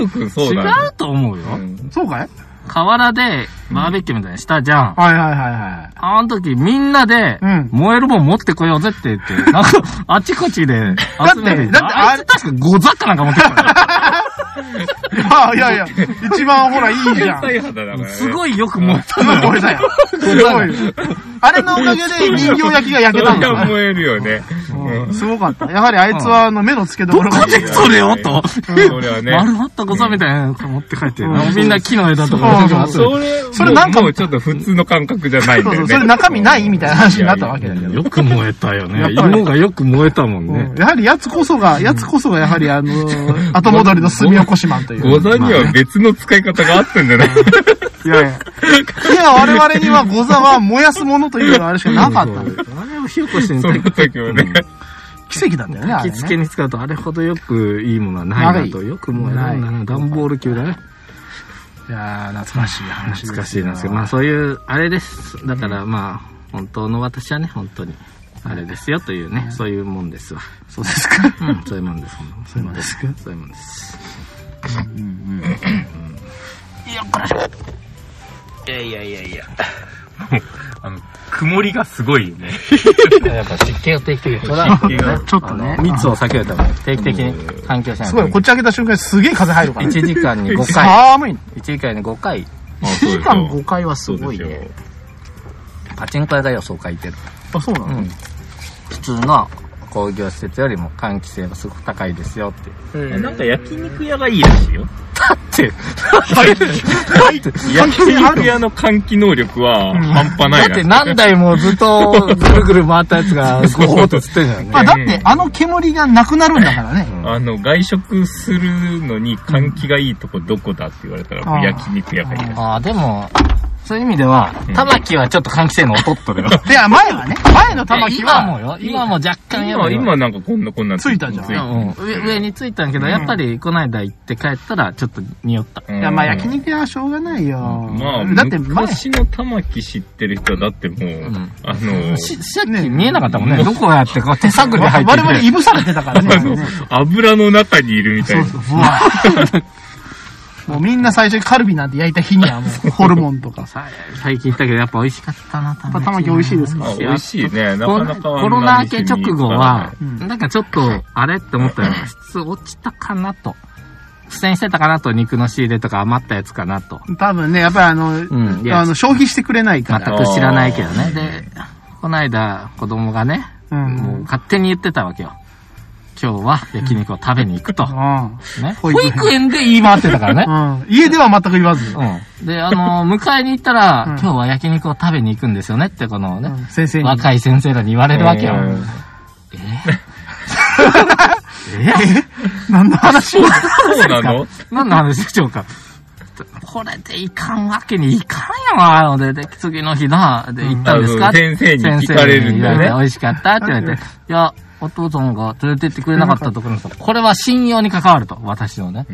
Speaker 3: F 君そう
Speaker 1: 違
Speaker 3: だね。
Speaker 1: うと思うよ。
Speaker 3: うん
Speaker 2: そうかい
Speaker 1: 河原でバーベキューみたいにしたじゃん。
Speaker 2: はいはいはいはい。
Speaker 1: あの時みんなで
Speaker 2: うん、
Speaker 1: 燃えるもん持ってこようぜって言って、なんか、あちこちで集めて、
Speaker 2: だってだって
Speaker 1: あいつ確か5ザッカなんか持ってたか
Speaker 2: いやいやいや、一番ほらいいじ
Speaker 3: 天
Speaker 2: ゃん。
Speaker 3: 才肌だから
Speaker 1: ら、
Speaker 3: ね。
Speaker 1: すごいよく燃えた。
Speaker 2: 今これ だよ。すごいよ。あれのおかげで人形焼きが焼けたん
Speaker 3: そ
Speaker 2: だ
Speaker 3: れ
Speaker 2: よ
Speaker 3: は
Speaker 2: ね。
Speaker 3: 燃えるよね。
Speaker 2: んうんすごかった。やはりあいつは、あの、目の付けど
Speaker 1: ど
Speaker 2: ころが
Speaker 1: こ。でそれをと。
Speaker 3: それはね。
Speaker 1: 丸まったごさみたいなやつ持って帰って、
Speaker 2: うん
Speaker 1: みんな木の枝と
Speaker 2: そ
Speaker 1: か
Speaker 2: うそ
Speaker 1: 集めて
Speaker 2: う
Speaker 3: それ、
Speaker 2: それなんか
Speaker 3: もうちょっと普通の感覚じゃないんだよ
Speaker 2: そう
Speaker 3: ね。
Speaker 2: そうそれ中身ないみたいな話になったわけだけど
Speaker 1: よく燃えたよね
Speaker 2: や。っぱり
Speaker 1: 芋がよく燃えたもんね。
Speaker 2: やはりやつこそが、やつこそがやはりあのー、後戻りの炭起こしマンという。
Speaker 3: ござには別の使い方があったんじゃない
Speaker 2: いやいや。いや、我々にはござは燃やすものというあれしかなかったんだよ。
Speaker 1: あれを火起こし に
Speaker 3: その時はね。
Speaker 2: 奇跡なんだよね、あ
Speaker 1: 火
Speaker 2: れ
Speaker 1: 付け
Speaker 2: ね。
Speaker 1: に使うとあれほどよくいいものはないなと。
Speaker 2: な
Speaker 1: よく燃えるんだ
Speaker 2: な
Speaker 1: な。
Speaker 2: い
Speaker 1: 段ボール級だね。
Speaker 2: いやー、懐かしい話です。
Speaker 1: 難しいなんですけど、まあそういう、あれです。だからまあ、本当の私はね、本当に、あれですよというね、そういうもんですわ。
Speaker 2: そうですか。
Speaker 1: うん、そういうもんです。 そういうもんです。そういうもんです。
Speaker 4: いやいやいやいや。
Speaker 3: あの、曇りがすごいよね。
Speaker 1: やっぱ実験を定期的に。それ
Speaker 2: ちょっとね
Speaker 1: 密を避けるために定期的に環境しない
Speaker 2: すごい、こっち開けた瞬間にすげえ風入るから
Speaker 1: 1
Speaker 2: ね。
Speaker 1: 時間に5回。
Speaker 2: 寒い。
Speaker 1: 1時間に5回、
Speaker 3: あ、そ う
Speaker 2: 1時
Speaker 3: でし
Speaker 2: 間
Speaker 3: ょ
Speaker 2: 5。回はす
Speaker 3: そう
Speaker 2: ご
Speaker 3: で
Speaker 2: い
Speaker 3: しょ
Speaker 2: ね。。
Speaker 1: パチンコ屋が予想書いてる。
Speaker 2: あ、そうなの
Speaker 1: うん。普通の工業施設よりも換気性はすごく高いですよって。
Speaker 3: なんか焼肉屋がいいらしいよ。
Speaker 1: だって、
Speaker 3: 焼肉屋の換気能力は半端ない
Speaker 1: だって何台もずっとぐるぐる回ったやつが、 ゴーっとつってんじゃんね。
Speaker 2: まあ、だって、あの煙がなくなるんだからね。
Speaker 3: あの、外食するのに換気がいいとこどこだって言われたら、
Speaker 2: あー
Speaker 3: 焼肉屋がいいらしい。
Speaker 1: ああ、でも、そういう意味では
Speaker 3: うん、
Speaker 1: 玉木はちょっと換気性の劣っとる よ。
Speaker 2: いや、前はね、前の玉木
Speaker 1: 今
Speaker 2: は、
Speaker 1: もよ、今も若干やっ
Speaker 3: 今、
Speaker 1: ぱ
Speaker 3: 今なんかこんなこんな。
Speaker 2: ついたじゃん
Speaker 3: つい
Speaker 1: うん上上についたんやけど、やっぱりこの間行って帰ったら、ちょっと匂った。
Speaker 3: い
Speaker 2: いや、まあ焼肉屋はしょうがないよ。
Speaker 3: まあ、
Speaker 2: だって前、
Speaker 3: 昔の玉木知ってる人はだってもう、
Speaker 1: ん
Speaker 3: あの、
Speaker 1: し、さっき見えなかったもんね。どこやって、こう手探りで
Speaker 2: 我
Speaker 1: 入 って
Speaker 2: 々い
Speaker 1: て。
Speaker 2: ぶされてたから ね。
Speaker 3: あの油の中にいるみたい
Speaker 2: そう
Speaker 3: な。
Speaker 2: そう、うわもうみんな最初にカルビなんて焼いた日にはもう、ホルモンとか。
Speaker 1: さ最近行ったけど、やっぱ美味しかったな、
Speaker 2: やっぱ玉木美味しいですか
Speaker 3: あ美味しいね。な
Speaker 1: コ
Speaker 3: か
Speaker 1: ロ
Speaker 3: な
Speaker 1: ナ
Speaker 3: かあ
Speaker 1: コ
Speaker 3: んな
Speaker 1: ロナ明け直後は
Speaker 2: う、ん
Speaker 1: なんかちょっと、あれって思ったよ。質落ちたかなと。苦戦してたかなと、肉の仕入れとか余ったやつかなと。
Speaker 2: 多分ね、やっぱりあの、
Speaker 1: んいや
Speaker 2: あの消費してくれないか
Speaker 1: 全
Speaker 2: ら。
Speaker 1: く知らないけどね。で、この間、子供がね、
Speaker 2: うん
Speaker 1: もう勝手に言ってたわけよ。今日は焼肉を食べに行くと。
Speaker 2: う
Speaker 1: ね、
Speaker 2: 保
Speaker 1: 保
Speaker 2: 育園
Speaker 1: 育園で言い回ってたからね。
Speaker 2: ん。うん。家では全く言わず。
Speaker 1: うん。で、あのー迎えに行ったら、
Speaker 2: うん
Speaker 1: 今日は焼肉を食べに行くんですよねって、このね、
Speaker 2: うん先生に。
Speaker 1: 若い先生らに言われるわけよ。
Speaker 3: うん
Speaker 1: えーえ
Speaker 2: 何の話を。
Speaker 3: そうなの
Speaker 1: 何の話でしょうかこれでいかんわけにいかんよなので、で、次の日な、で、行ったんですか、
Speaker 3: うん先生に聞かれるんだ
Speaker 1: 先生に言わ
Speaker 3: よね
Speaker 1: れて美味しかったって言われて、いや、お父さんが連れてってくれなかったところに、これは信用に関わると、私のね。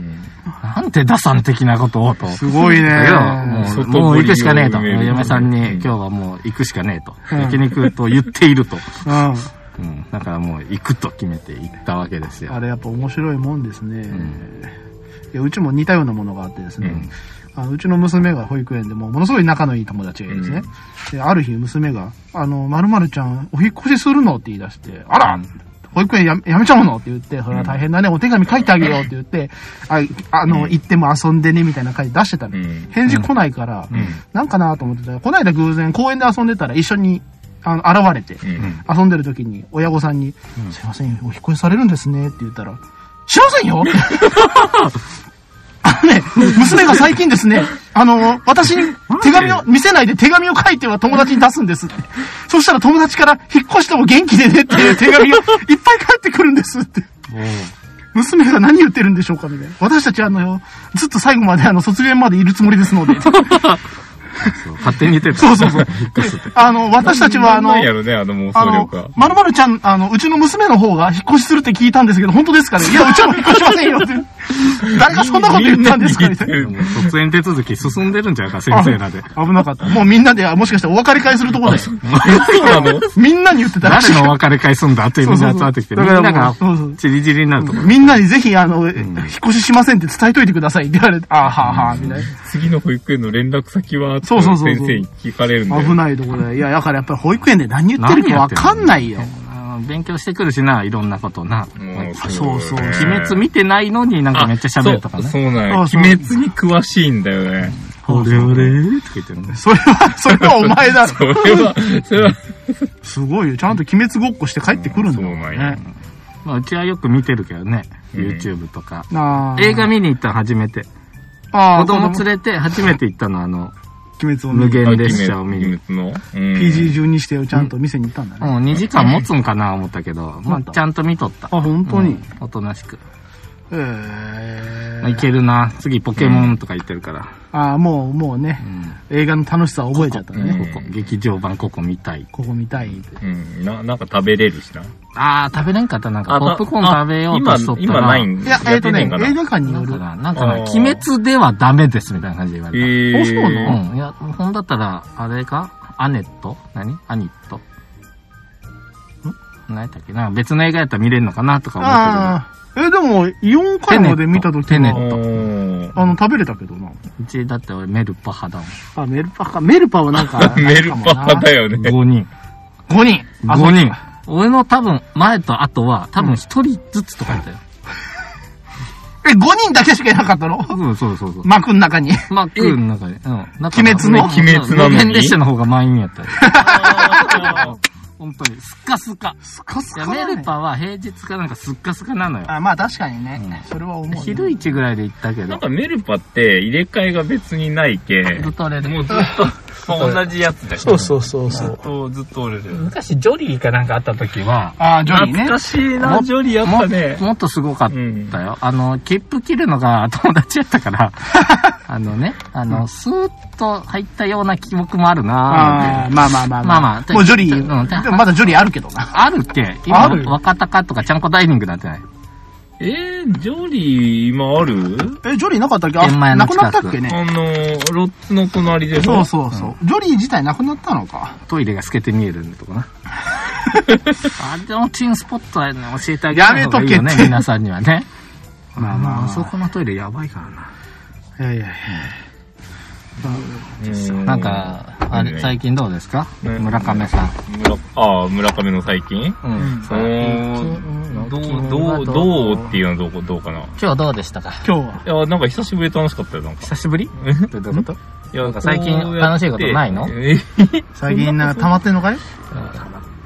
Speaker 1: なんて打算的なことをと。
Speaker 2: すごいね。
Speaker 1: だけど、もう、
Speaker 3: 外
Speaker 1: もう行くしかねえと。
Speaker 3: 堀を埋める
Speaker 1: 嫁さんに
Speaker 3: うん
Speaker 1: 今日はもう行くしかねえと。
Speaker 2: うん
Speaker 1: 焼肉と言っていると。
Speaker 2: う
Speaker 1: うん。だからもう行くと決めて行ったわけです
Speaker 2: ん。
Speaker 1: よ。
Speaker 2: あれやっぱ面白いもんですね。
Speaker 1: ん
Speaker 2: いやうちも似たようなものがあってですね、あのうちの娘が保育園でもものすごい仲のいい友達がいるんですね、である日娘が「あのまるちゃんお引っ越しするの?」って言い出して「あら保育園ややめちゃうの?」って言って「それは大変だねお手紙書いてあげよう」って言って「ああの、行っても遊んでね」みたいな書いて出してたの、
Speaker 3: うん
Speaker 2: 返事来ないから、
Speaker 3: ん
Speaker 2: なんかなと思ってたらこの間偶然公園で遊んでたら一緒にあの現れて、
Speaker 3: うん
Speaker 2: 遊んでる時に親御さんに、すいません、お引っ越しされるんですねって言ったら、知りませんよあのね、娘が最近ですね、あの、私に手紙を、見せないで手紙を書いては友達に出すんですって。そしたら友達から、引っ越しても元気でねっていう手紙がいっぱい返ってくるんですって。娘が何言ってるんでしょうかみたいな。私たちあの、ずっと最後まであの、卒業までいるつもりですので。
Speaker 1: そう勝手に言ってた。
Speaker 2: そうそうそう。あの、私たちはあの
Speaker 3: なん、やろね、あの妄
Speaker 2: あ
Speaker 3: 想
Speaker 2: の
Speaker 3: 力は、。
Speaker 2: まるまるちゃん、あの、うちの娘の方が引っ越しするって聞いたんですけど、本当ですかねいや、うちはもう引っ越しませんよって。誰がそんなこと言ったんですかみたいな。
Speaker 1: もう卒園手続き進んでるんじゃないか、先生らで。
Speaker 2: 危なかった。もうみんなで、もしかしてお別れ会するとこだよ。
Speaker 3: そうなの
Speaker 2: みんなに言ってたらしい
Speaker 1: 誰のお別れ会すんだっていうみんな集まってきて、
Speaker 2: そう
Speaker 1: みん
Speaker 2: そうそう
Speaker 1: なが
Speaker 2: そうそう、
Speaker 1: チリチリになるとこ
Speaker 2: みんなにぜひ、あの、引っ越ししませんって伝えといてくださいって言われて、あーはーはーみたいな。
Speaker 3: 次の保育園の連絡先は、
Speaker 2: そうそうそうそう
Speaker 3: 先生に聞かれるんだよ。
Speaker 2: 危ないとこだよ。いや、だからやっぱり保育園で何言ってるかわかんないよ。
Speaker 1: あー勉強してくるしな、いろんなことな。
Speaker 3: もう
Speaker 2: そうそう
Speaker 3: ね
Speaker 1: 鬼滅見てないのになんかめっちゃ喋るとか
Speaker 3: あ
Speaker 1: ね。
Speaker 3: そうそうなんや。
Speaker 2: あ
Speaker 3: 鬼
Speaker 2: そう
Speaker 3: 滅に詳しいんだよね。
Speaker 1: あれあれとか言ってるね。
Speaker 2: それは、それはお前だろ。
Speaker 3: それは、それは、
Speaker 2: すごいよ。ちゃんと鬼滅ごっこして帰ってくるんだもん
Speaker 3: そうなんや
Speaker 2: ね。
Speaker 1: まあ、うちはよく見てるけどね。
Speaker 3: うん
Speaker 1: YouTube とか。
Speaker 2: あー
Speaker 1: 映画見に行ったの初めて。
Speaker 2: あー
Speaker 1: 子供連れて初めて行ったのはあの、
Speaker 2: 鬼滅を
Speaker 1: 無
Speaker 2: ね、
Speaker 1: 限列車を見に。
Speaker 3: 鬼滅の、うん、
Speaker 2: PG 順にしてちゃんと店に行ったんだね。
Speaker 1: もう2時間持つんかな思ったけど、まあ、
Speaker 2: 本当
Speaker 1: ちゃんと見とった。
Speaker 2: あ、本当
Speaker 1: う
Speaker 2: に
Speaker 1: ん。おとなしく。
Speaker 2: え
Speaker 1: あい
Speaker 2: ー
Speaker 1: けるな。次ポケモンとか言ってるから。
Speaker 2: あー、もう、もうね
Speaker 1: う、ん。
Speaker 2: 映画の楽しさを覚えちゃったね。
Speaker 1: ここ、劇場版ここ見たい。
Speaker 2: ここ見たいって。
Speaker 3: うん、な、なんか食べれるしな。
Speaker 1: あー、食べれんかった。なんか
Speaker 3: あ
Speaker 1: ポップコーン食べようとしとったら。
Speaker 3: 今、今ないん
Speaker 2: いや、えっとね、映
Speaker 3: え
Speaker 2: 画館に
Speaker 1: な
Speaker 2: よ
Speaker 1: ん
Speaker 2: る
Speaker 1: か。な、なんかな
Speaker 3: あー
Speaker 1: 鬼滅ではダメですみたいな感じで言わ
Speaker 3: え
Speaker 1: れ
Speaker 3: ー、
Speaker 2: あそう
Speaker 1: た。
Speaker 2: なの
Speaker 1: うん。いや、ほんだったら、あれかアネット何アニットん何やったっけな別の映画やったら見れるのかなとか思った
Speaker 2: ああ。え、でも、イオン会まで見たとき
Speaker 1: テネット
Speaker 2: は、
Speaker 1: テ
Speaker 3: おー、
Speaker 2: あの、食べれたけどな。
Speaker 1: けど。うちだって俺メルパ派だ
Speaker 2: あ、メルパか。メルパはなん か
Speaker 3: メルパ派だよ
Speaker 1: もん。
Speaker 3: ね。
Speaker 1: 5人。
Speaker 2: 5人。あ
Speaker 1: 5人。。俺の多分、前と後は、多分1人ずつとかやったよ。
Speaker 2: え、5人だけしかいなかったの
Speaker 1: うん、そうそうそう。
Speaker 2: 幕の中に。
Speaker 1: まあ、クールの中で。うん。なんか
Speaker 2: 鬼滅の
Speaker 1: うん
Speaker 3: 鬼滅なのに
Speaker 1: 無限列車の方が満員やった よ。本当に、スッカスカ。
Speaker 2: スカス
Speaker 1: い
Speaker 2: カ
Speaker 1: や、
Speaker 2: だ
Speaker 1: メ
Speaker 2: ね
Speaker 1: ルパは平日かなんかスッカスカなのよ。
Speaker 2: あ、まあ確かにね。
Speaker 1: う
Speaker 2: それは思う、ね。
Speaker 1: 昼一ぐらいで行ったけ
Speaker 3: なん
Speaker 1: ど
Speaker 3: か、メルパって入れ替えが別にないけ、
Speaker 1: ずっとれ
Speaker 3: もうずっと同じやつだよ。
Speaker 2: そうそうそうそう。
Speaker 3: とずっとおるよ。
Speaker 1: 昔ジョリーかなんかあった時は、
Speaker 2: あ、ジョニー
Speaker 3: 懐
Speaker 2: ね
Speaker 3: か。しいな、ジョリーやっぱね。
Speaker 1: もっとすごかった
Speaker 3: うん
Speaker 1: よ。あの、切符切るのが友達やった から、あのね、あの、スーッと入ったような記憶もあるなぁ
Speaker 2: あーまあまあまあ
Speaker 1: まあまあ
Speaker 2: もうジョリー、
Speaker 1: うん
Speaker 2: でもまだジョリーあるけどな。
Speaker 1: あるって、
Speaker 2: あ
Speaker 1: 今
Speaker 2: る、
Speaker 1: 若鷹とかちゃんこダイニングなんてない。
Speaker 3: えー、ジョリー今ある
Speaker 2: え、ジョリーなかったっけ
Speaker 1: 天
Speaker 2: あ、
Speaker 1: 満屋の近
Speaker 2: なく
Speaker 1: く
Speaker 2: なったっけね。
Speaker 3: あのー、ロッツの隣でし
Speaker 2: そ
Speaker 3: ょ
Speaker 2: うそうそう、ジョリー自体なくなったのか。
Speaker 1: トイレが透けて見えるんとか な。あのチンスポットはね、教えてあげた方がいいよ
Speaker 2: やめ
Speaker 1: ね
Speaker 2: とけっ、て
Speaker 1: 皆さんにはね。
Speaker 2: まあまあ
Speaker 1: あそこのトイレやばいからな。
Speaker 2: いやいやいや。
Speaker 3: うん
Speaker 1: なんか、あれ、最近どうですか
Speaker 3: ね
Speaker 1: 村上さん。
Speaker 3: 村ああ、村上の最近
Speaker 1: うん。
Speaker 3: おーどう、どう、どうっていうのはどうこどうかな。い
Speaker 1: 今日どうでしたか
Speaker 2: 今日は。
Speaker 3: や、なんか久しぶりで楽しかったよ、なんか。
Speaker 1: 久しぶりどういうこと
Speaker 3: いや
Speaker 1: んか最近
Speaker 3: こうやって
Speaker 1: 楽しいことないの
Speaker 3: え
Speaker 2: 最近なんか溜まってんのかい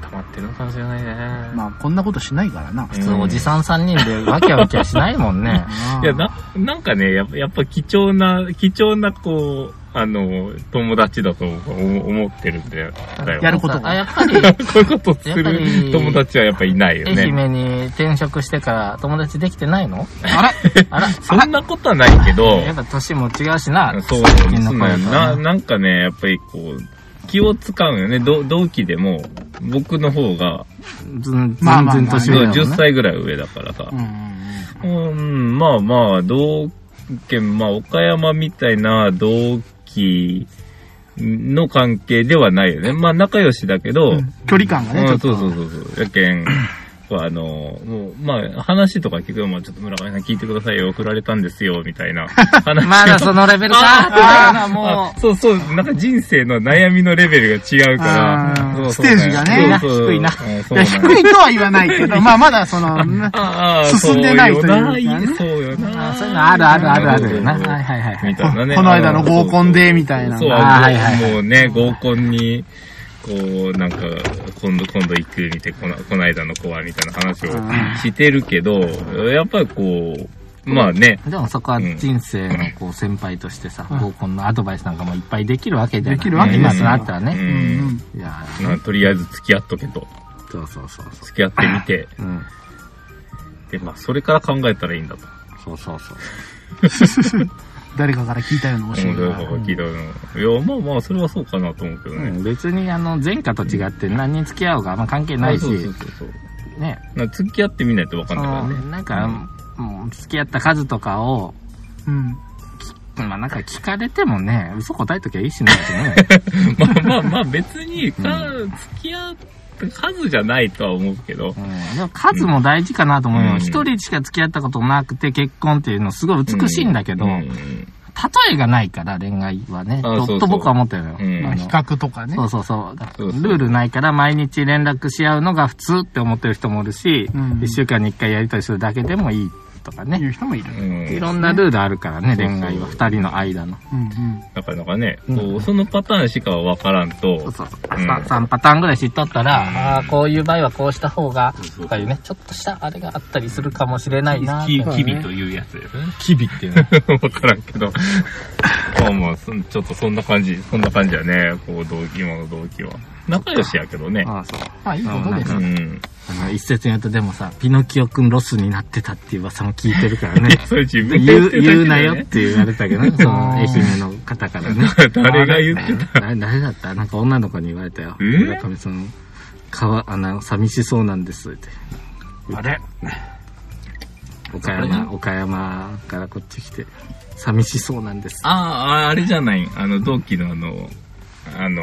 Speaker 3: 溜まってるのかもしれないね。
Speaker 2: まあこんなことしないからな。
Speaker 1: 普通おじさん3人でわきゃわきゃしないもん ね。
Speaker 3: いや、な、なんかね、やっぱやっぱ貴重な、貴重な、こう、あの、友達だと思思ってるんだよ。だよ
Speaker 2: やることが
Speaker 1: あ、やっ ぱり、
Speaker 3: こ ういうことす
Speaker 1: やっぱり
Speaker 3: る友達はやっぱいないよ
Speaker 1: 愛
Speaker 3: ね。
Speaker 1: 媛に転職してから友達できてないの
Speaker 2: あ
Speaker 1: あら、
Speaker 3: そんなことはないけど、
Speaker 1: やっぱ年も違うしな。
Speaker 3: そう
Speaker 1: 最
Speaker 3: で
Speaker 1: 近の
Speaker 3: す
Speaker 1: 子
Speaker 3: ね
Speaker 1: や。から
Speaker 3: な、
Speaker 1: な
Speaker 3: なんかね、やっぱりこう、気を使うよね。ど同期でも、僕の方が、
Speaker 1: ずん、ず
Speaker 2: まあ
Speaker 1: ん
Speaker 2: まあ
Speaker 1: ずん年
Speaker 2: そう
Speaker 1: 上だもんね
Speaker 3: 10歳ぐらい上だからさ
Speaker 2: ら。。うん。
Speaker 3: うん、まあまあ、同県、まあ、岡山みたいな同期の関係ではないよね。まあ、仲良しだけど、
Speaker 2: うん距離感がね、ち
Speaker 3: う
Speaker 2: ょ
Speaker 3: ん
Speaker 2: っと。
Speaker 3: そうそうそうそう。やけん、こうあの、もう、まあ、話とか聞くよ。まあ、ちょっと村上さん聞いてくださいよ。振られたんですよ、み たいな話。
Speaker 1: まだそのレベルか。だよな、も
Speaker 3: あそうそう、なんか人生の悩みのレベルが違うか
Speaker 2: あー
Speaker 3: ら、そうそう
Speaker 2: ステージがね
Speaker 3: そうそう
Speaker 1: 低いな
Speaker 3: うんそ
Speaker 2: いうや、
Speaker 3: ん
Speaker 2: 低いとは言わないけど、まあまだその、ね
Speaker 3: ああ、
Speaker 2: 進んでないというかね
Speaker 3: そうよ
Speaker 1: う。
Speaker 3: な。
Speaker 1: あそういうのあるあるあるあるよな。
Speaker 3: そうそうそう
Speaker 1: はいはいはい。
Speaker 3: みたいなね。
Speaker 2: この間の合コンでみたいな
Speaker 3: そう、
Speaker 1: あはいはいはい
Speaker 3: もうね、合コンに、こう、なんか、今度、今度行く、みたいな、このこの間の子は、みたいな話をしてるけど、やっぱりこう、まあね、
Speaker 1: でもそこは人生のこう先輩としてさ、合コンのアドバイスなんかもいっぱいできるわけじゃない。
Speaker 2: できるわけです
Speaker 1: 今
Speaker 2: よ
Speaker 1: となったら
Speaker 3: う
Speaker 1: ね。
Speaker 3: ん、
Speaker 1: いや
Speaker 3: まあとりあえず付き合っとけと。
Speaker 1: ーそうそうそうそ
Speaker 3: 付き合ってみて、
Speaker 1: う。うん。
Speaker 3: で、まあ、それから考えたらいいんだと。
Speaker 1: そうそうそう。
Speaker 2: 誰かから聞いたような教
Speaker 3: 面
Speaker 2: え
Speaker 3: 白い
Speaker 2: が
Speaker 3: 方が聞いたの。いや、まあまあ、それはそうかなと思うけど
Speaker 1: う
Speaker 3: ね。
Speaker 1: ん、別にあの前科と違って何に付き合おうがあんま関係ないし
Speaker 3: そう、そうそうそう。
Speaker 1: ね。
Speaker 3: なんか付き合ってみないとわかんないから
Speaker 1: う
Speaker 3: ね。
Speaker 1: んなんか、もう付き合った数とかを、
Speaker 2: うん。
Speaker 1: まあなんか聞かれてもね、嘘答えときゃいいしなと思うよ
Speaker 3: まあまあまあ別にか、付き合って数じゃないとは思うけ
Speaker 1: う
Speaker 3: ど。
Speaker 1: ん、でも数も大事かなと思う
Speaker 3: う
Speaker 1: よ。
Speaker 3: ん
Speaker 1: 一、人しか付き合ったことなくて結婚っていうのすごい美しいんだけど、
Speaker 3: うん
Speaker 1: 例えがないから恋愛はね、
Speaker 3: あそうそう
Speaker 1: とと僕は思ってるのよ。
Speaker 3: うん
Speaker 2: まあ
Speaker 1: あ
Speaker 2: 比
Speaker 1: の
Speaker 2: 較とかね
Speaker 1: そ。うそうそう。
Speaker 3: そうそう
Speaker 1: ルールないから毎日連絡し合うのが普通って思ってる人もいるし、一
Speaker 2: うん
Speaker 1: 週間に一回やりとりするだけでもいいとか
Speaker 2: 言
Speaker 1: ね。
Speaker 2: う人もいる。
Speaker 3: うん
Speaker 1: いろんなルールあるからね、
Speaker 3: そうそう
Speaker 1: 恋愛は二人の間の。
Speaker 2: うんうん。
Speaker 3: なかなかね、こうそのパターンしかわからんと、
Speaker 1: そうそうそう。
Speaker 3: うん
Speaker 1: さ3パターンぐらい知っとったら、ああー、こういう場合はこうした方が
Speaker 3: そうそう、そう
Speaker 1: とかいうね、ちょっとしたあれがあったりするかもしれないなーって
Speaker 5: き
Speaker 1: ね
Speaker 5: きびというやつですね。きびっていうのは。
Speaker 3: わからんけど。まあまあ、そんちょっとそんな感じ、そんな感じやね、こう、同期、今の同期は。仲良しやけどね。
Speaker 1: ああ、そう。
Speaker 2: まあ、いいことです
Speaker 3: う。ん。。
Speaker 1: あの、一説によるとでもさ、ピノキオくんロスになってたっていう噂も聞いてるからね
Speaker 3: それ自分で
Speaker 1: 言
Speaker 3: 言っ
Speaker 1: う、
Speaker 3: てた
Speaker 1: 言う
Speaker 3: けど
Speaker 1: な
Speaker 3: ね
Speaker 1: よって言われたけどね、その愛媛の方からね。
Speaker 3: 誰が言って
Speaker 1: た誰誰だったなんか女の子に言われたよ。
Speaker 3: え
Speaker 1: 村上さん、かわ、あの、寂しそうなんですって。
Speaker 5: あれ
Speaker 1: 岡山、岡山からこっち来て、寂しそうなんです。
Speaker 3: ああ、あれじゃない。あの、同期のあの、あの、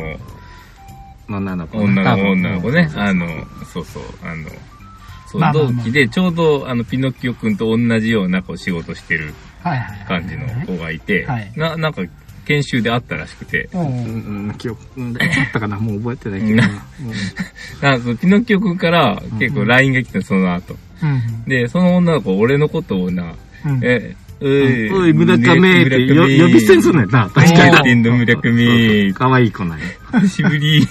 Speaker 1: 女の子ね。
Speaker 3: 女
Speaker 1: 多分
Speaker 3: の子、女の子ね。
Speaker 1: そうそう
Speaker 3: あの、そうそう、あの、そう、
Speaker 2: まあまあまあ
Speaker 3: 同期で、ちょうど、あの、ピノキオくんと同じような、こう、仕事してる
Speaker 2: はいはい。
Speaker 3: 感じの子がいて、
Speaker 2: はい
Speaker 3: な、なんか、研修で会ったらしくて、
Speaker 2: お
Speaker 1: う
Speaker 2: うん
Speaker 1: うん、記憶、うんだいつあったかなもう覚えてないけど
Speaker 3: う
Speaker 1: な。
Speaker 3: ん なんかそのピノキオくんから、結構 LINE が来て、その後。
Speaker 2: うん
Speaker 3: で、その女の子、俺のことをな、
Speaker 2: うん。うん
Speaker 3: え、お
Speaker 1: うんおい、村上ってよ呼び捨てにすんのやな。確かにな。
Speaker 3: おー天童村上
Speaker 1: かわいい子なんや。
Speaker 3: 久しぶり。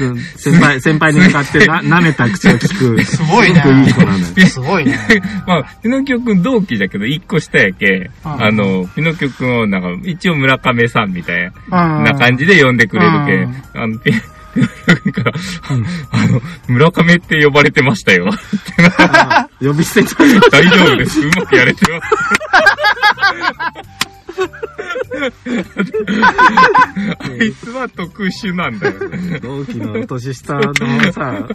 Speaker 1: うん先輩、先輩に向かってな、 舐めた口を聞く。す
Speaker 2: ごいな
Speaker 1: ごくい い子なのよ。
Speaker 2: すごいね。
Speaker 3: まあ、ピノキオくん同期だけど、一個下やけ、
Speaker 2: あ
Speaker 3: あの、ピノキオくんを、なんか、一応村上さんみたいな
Speaker 2: な
Speaker 3: 感じで呼んでくれるけ
Speaker 2: うん、
Speaker 3: あの、ピノピノキオくんから、あの、村上って呼ばれてましたよ。
Speaker 1: あー呼び捨てにされ
Speaker 3: 大丈夫です。うまくやれてます。あいつは特殊なんだよ。
Speaker 1: た同期の年下のさ、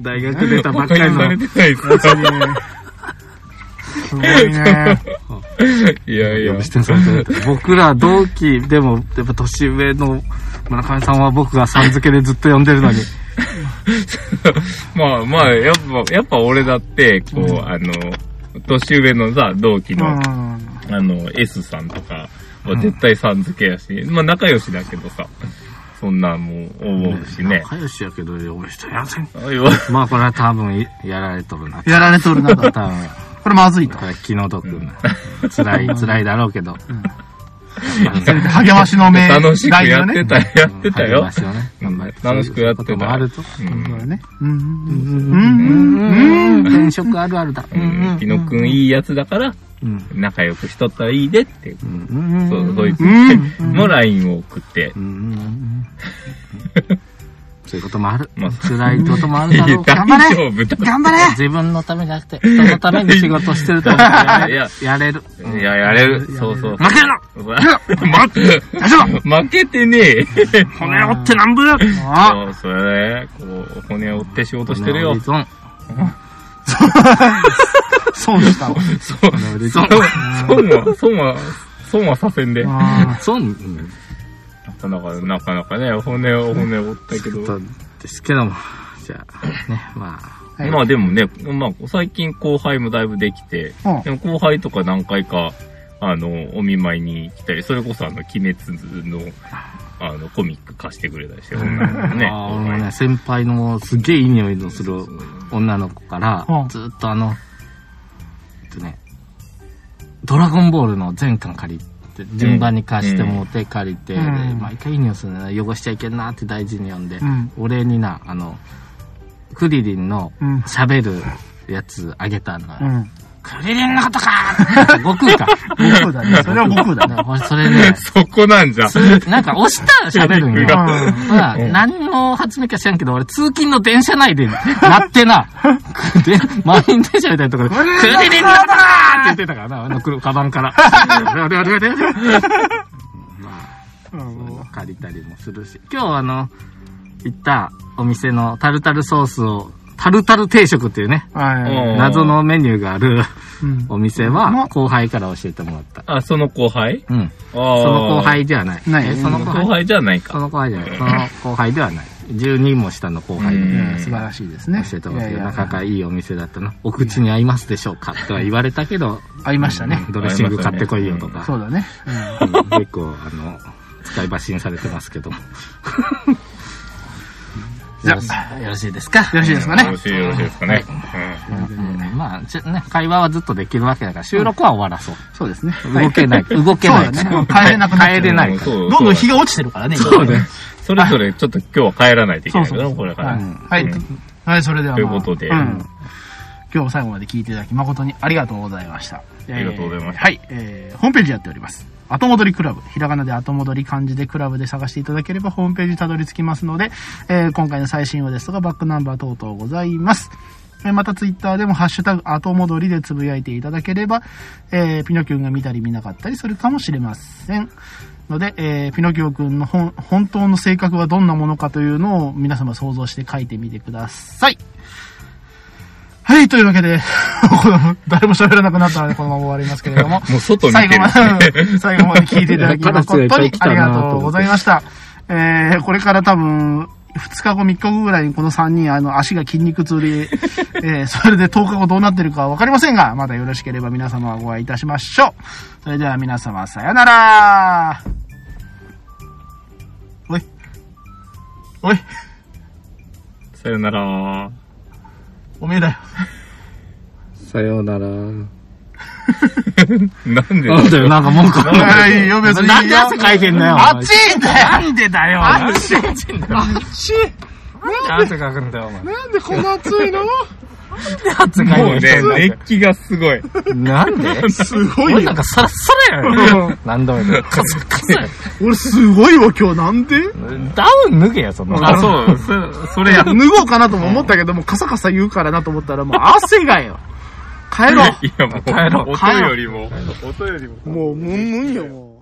Speaker 1: 大学出たばっかり
Speaker 3: さ
Speaker 1: の
Speaker 3: れ。て ないです。
Speaker 2: すごいね。
Speaker 3: いやいや。
Speaker 1: 呼び捨てにされてる僕ら同期でも、やっぱ年上の村上さんは僕がさん付けでずっと呼んでるのに。
Speaker 3: まあまあ、やっぱ、やっぱ俺だって、こう、あの、年上のさ、同期
Speaker 2: う
Speaker 3: の、
Speaker 2: ん。
Speaker 3: あの、S さんとかは絶対さん付けやし、まあ仲良しだけどさ、そんなんもう思うしね。
Speaker 1: 仲良しやけど呼び捨てやせん。
Speaker 3: あいや
Speaker 1: まあこれは多分やられとるな。
Speaker 2: やられとるなと。
Speaker 1: 多分、
Speaker 2: これまずいと
Speaker 1: こ。れ気の毒な。辛い、辛いだろうけど。
Speaker 2: 励ましの名
Speaker 3: 楽しく
Speaker 2: ライ
Speaker 3: や
Speaker 2: ブ
Speaker 3: っ
Speaker 2: ね
Speaker 3: てた、やってた
Speaker 1: 励
Speaker 3: よ
Speaker 1: ま。しをね頑張る
Speaker 3: 楽しくやってた
Speaker 1: そういうこともあると。
Speaker 3: うん
Speaker 2: これね。うんうん
Speaker 1: う
Speaker 2: うん。うん。
Speaker 1: ん、転職あるあるだ。
Speaker 3: うん、ピノ君いいやつだから、
Speaker 1: うん。
Speaker 3: 仲良くしとったらいいでって、
Speaker 1: うん。
Speaker 3: そう、そいつ
Speaker 2: うん
Speaker 3: の LINE を送って
Speaker 1: う、ん。そういうこともある。
Speaker 3: まあ
Speaker 1: 辛いこともあ
Speaker 3: い
Speaker 1: る
Speaker 3: や
Speaker 1: だろうけど。
Speaker 3: 大
Speaker 2: 張れ
Speaker 3: 丈夫だ。
Speaker 2: 頑張れ
Speaker 1: 自分のためじゃなくて、人のために仕事してると思ってやれやれる。
Speaker 3: いや、やれる。そうそう。
Speaker 1: 負けるな
Speaker 3: 負け、
Speaker 2: 大丈
Speaker 3: 負けてねえ。
Speaker 1: 骨折ってなんぼや
Speaker 2: あ
Speaker 3: そう、それね、こう、骨折って仕事してるよ。
Speaker 1: 骨折
Speaker 2: 損したわ。
Speaker 3: そう、
Speaker 1: り
Speaker 3: そ
Speaker 1: 損
Speaker 3: う、そうは、そうは、そうはさせんで。な
Speaker 2: あ
Speaker 1: 損うん
Speaker 3: かなか、なかなかね、骨を、骨折ったけ
Speaker 1: そ
Speaker 3: ど
Speaker 1: う。ですけども。じゃあ、ね、まあ。
Speaker 2: はい
Speaker 3: まあでもね、まあ最近後輩もだいぶできて、
Speaker 2: うん
Speaker 3: でも後輩とか何回か、あの、お見舞いに来たり、それこそあの、鬼滅の、あの、コミック貸してくれたりして、女の子も ね。
Speaker 1: あー俺もね、先輩のすげえいい匂いのする女の子から
Speaker 2: うん、
Speaker 1: ずっとあの、えっとね、ドラゴンボールの全巻借りて、順番に貸してもうて借りて、で
Speaker 2: うん
Speaker 1: 毎回いい匂いするんだよ汚しちゃいけんなって大事に読んで
Speaker 2: うん、
Speaker 1: お礼にな、あの、クリリンの
Speaker 2: うん
Speaker 1: 喋るやつあげたの
Speaker 2: う
Speaker 1: よ。
Speaker 2: ん。
Speaker 1: クリリンのことかー悟空か。
Speaker 2: 僕だ ね。それは僕だね。
Speaker 1: 俺 それね、
Speaker 3: そこなんじゃ。
Speaker 1: つなんか押したら喋るんよ。
Speaker 3: う
Speaker 1: まあ、何の発明か知らんけど、俺通勤の電車内で鳴ってな、 で、満員電車みたいなところで、クリリンだーって言ってたからな、あの車、カバンから。あれあれあれあれまあ、そういうの
Speaker 2: う
Speaker 1: 借りたりもするし。今日あの、行ったお店のタルタルソースを、タルタル定食っていうね、
Speaker 2: ん。はい。
Speaker 1: 謎のメニューがある
Speaker 2: うん
Speaker 1: お店は、後輩から教えてもらった。
Speaker 3: あ、その後輩
Speaker 1: うん。
Speaker 3: あそ
Speaker 1: その後。輩ではない。
Speaker 2: ない
Speaker 1: えその後輩
Speaker 3: 後輩じゃない
Speaker 1: そ
Speaker 3: か。
Speaker 1: の後輩じゃない。その後輩ではない。12も下の後輩
Speaker 3: う
Speaker 2: い
Speaker 3: ん
Speaker 2: や素晴らしいですね。
Speaker 1: 教えてもらっ
Speaker 2: い
Speaker 1: て、
Speaker 2: やいや
Speaker 1: なかなかいいお店だったな。お口に合いますでしょうかとは言われたけど、
Speaker 2: ありましたね。
Speaker 1: ドレッシング買ってこいよとか
Speaker 2: そ、うだね。
Speaker 1: うん結構、あの、使い橋にされてますけども。
Speaker 2: じゃあ
Speaker 1: よろしよろしいですか
Speaker 2: よろしいですかね
Speaker 3: よろしいよろしいですかね。
Speaker 1: うんまあ、ちょね、会話はずっとできるわけだから、収録は終わらそう。
Speaker 2: そうですね。
Speaker 1: 動け ない。動けない
Speaker 2: そうだね帰れなくなっちゃう
Speaker 1: 帰れない
Speaker 3: うん
Speaker 1: から。
Speaker 3: そう
Speaker 2: どんどん日が落ちてるからね、
Speaker 3: そうね。それぞれちょっと今日は帰らないといけない
Speaker 2: そ
Speaker 3: から
Speaker 2: う
Speaker 3: な、
Speaker 2: そう
Speaker 3: これか
Speaker 2: 今
Speaker 3: ら。
Speaker 2: ねはい。
Speaker 3: う
Speaker 2: はい
Speaker 3: ん。
Speaker 2: はい、それでは、まあ
Speaker 3: ということで
Speaker 2: うん今日も最後まで聞いていただき誠にありがとうございました。あ
Speaker 3: りがとうございました
Speaker 2: はい、えー、ホームページやっております。後戻りクラブ。ひらがなで後戻り漢字でクラブで探していただければホームページたどり着きますので、えー、今回の最新話ですとかバックナンバー等々ございます。えーまたツイッターでもハッシュタグ後戻りでつぶやいていただければ、えー、ピノキュンが見たり見なかったりするかもしれません。ので、えーピノキオくんの本本当の性格はどんなものかというのを皆様想像して書いてみてください。はい、というわけで、 この誰も喋らなくなったのでこのまま終わりますけれども、
Speaker 3: もう外見て
Speaker 2: 最
Speaker 3: る
Speaker 2: 後まで、最後まで聞いていただき誠にありがとうございま した。えー、これから多分、2日後、3日後ぐらいにこの3人、あの、足が筋肉痛で、 えー、それで10日後どうなってるかわかりませんが、まだよろしければ皆様ご会いいたしましょう。それでは皆様、さよならおい。おい、
Speaker 3: さよなら。
Speaker 2: おめえだよ。
Speaker 5: さようなら。
Speaker 3: なんで
Speaker 1: なんだよ、なんか文句ある
Speaker 2: はい、よ、別に。
Speaker 1: なんで汗かいてんだよ。
Speaker 2: あっちいんだよ
Speaker 1: なんでだよ。なんで
Speaker 2: ち
Speaker 1: 汗かくんだよ、お前。
Speaker 2: なんでこんな暑いの
Speaker 1: 汗か
Speaker 3: もう
Speaker 1: いてんだ
Speaker 3: ね
Speaker 1: よ。、
Speaker 3: 熱気がすごい。
Speaker 1: なんで
Speaker 2: すご
Speaker 1: 俺
Speaker 2: い
Speaker 1: な
Speaker 2: よ
Speaker 1: ん。かサラッサラやろ。何度も言うけどカサカサや。
Speaker 2: 俺すごいわ、今日なんで
Speaker 1: ダウン脱げや、そんな。
Speaker 3: あ、そう、そそれや。
Speaker 2: 脱ごうかなとも思ったけど、もうカサカサ言うからなと思ったら、もう汗がよ。帰ろ
Speaker 3: いや、もう、
Speaker 1: 帰ろう
Speaker 3: 音よりも、音よりも。
Speaker 2: う。もう、むんむんよ、もう。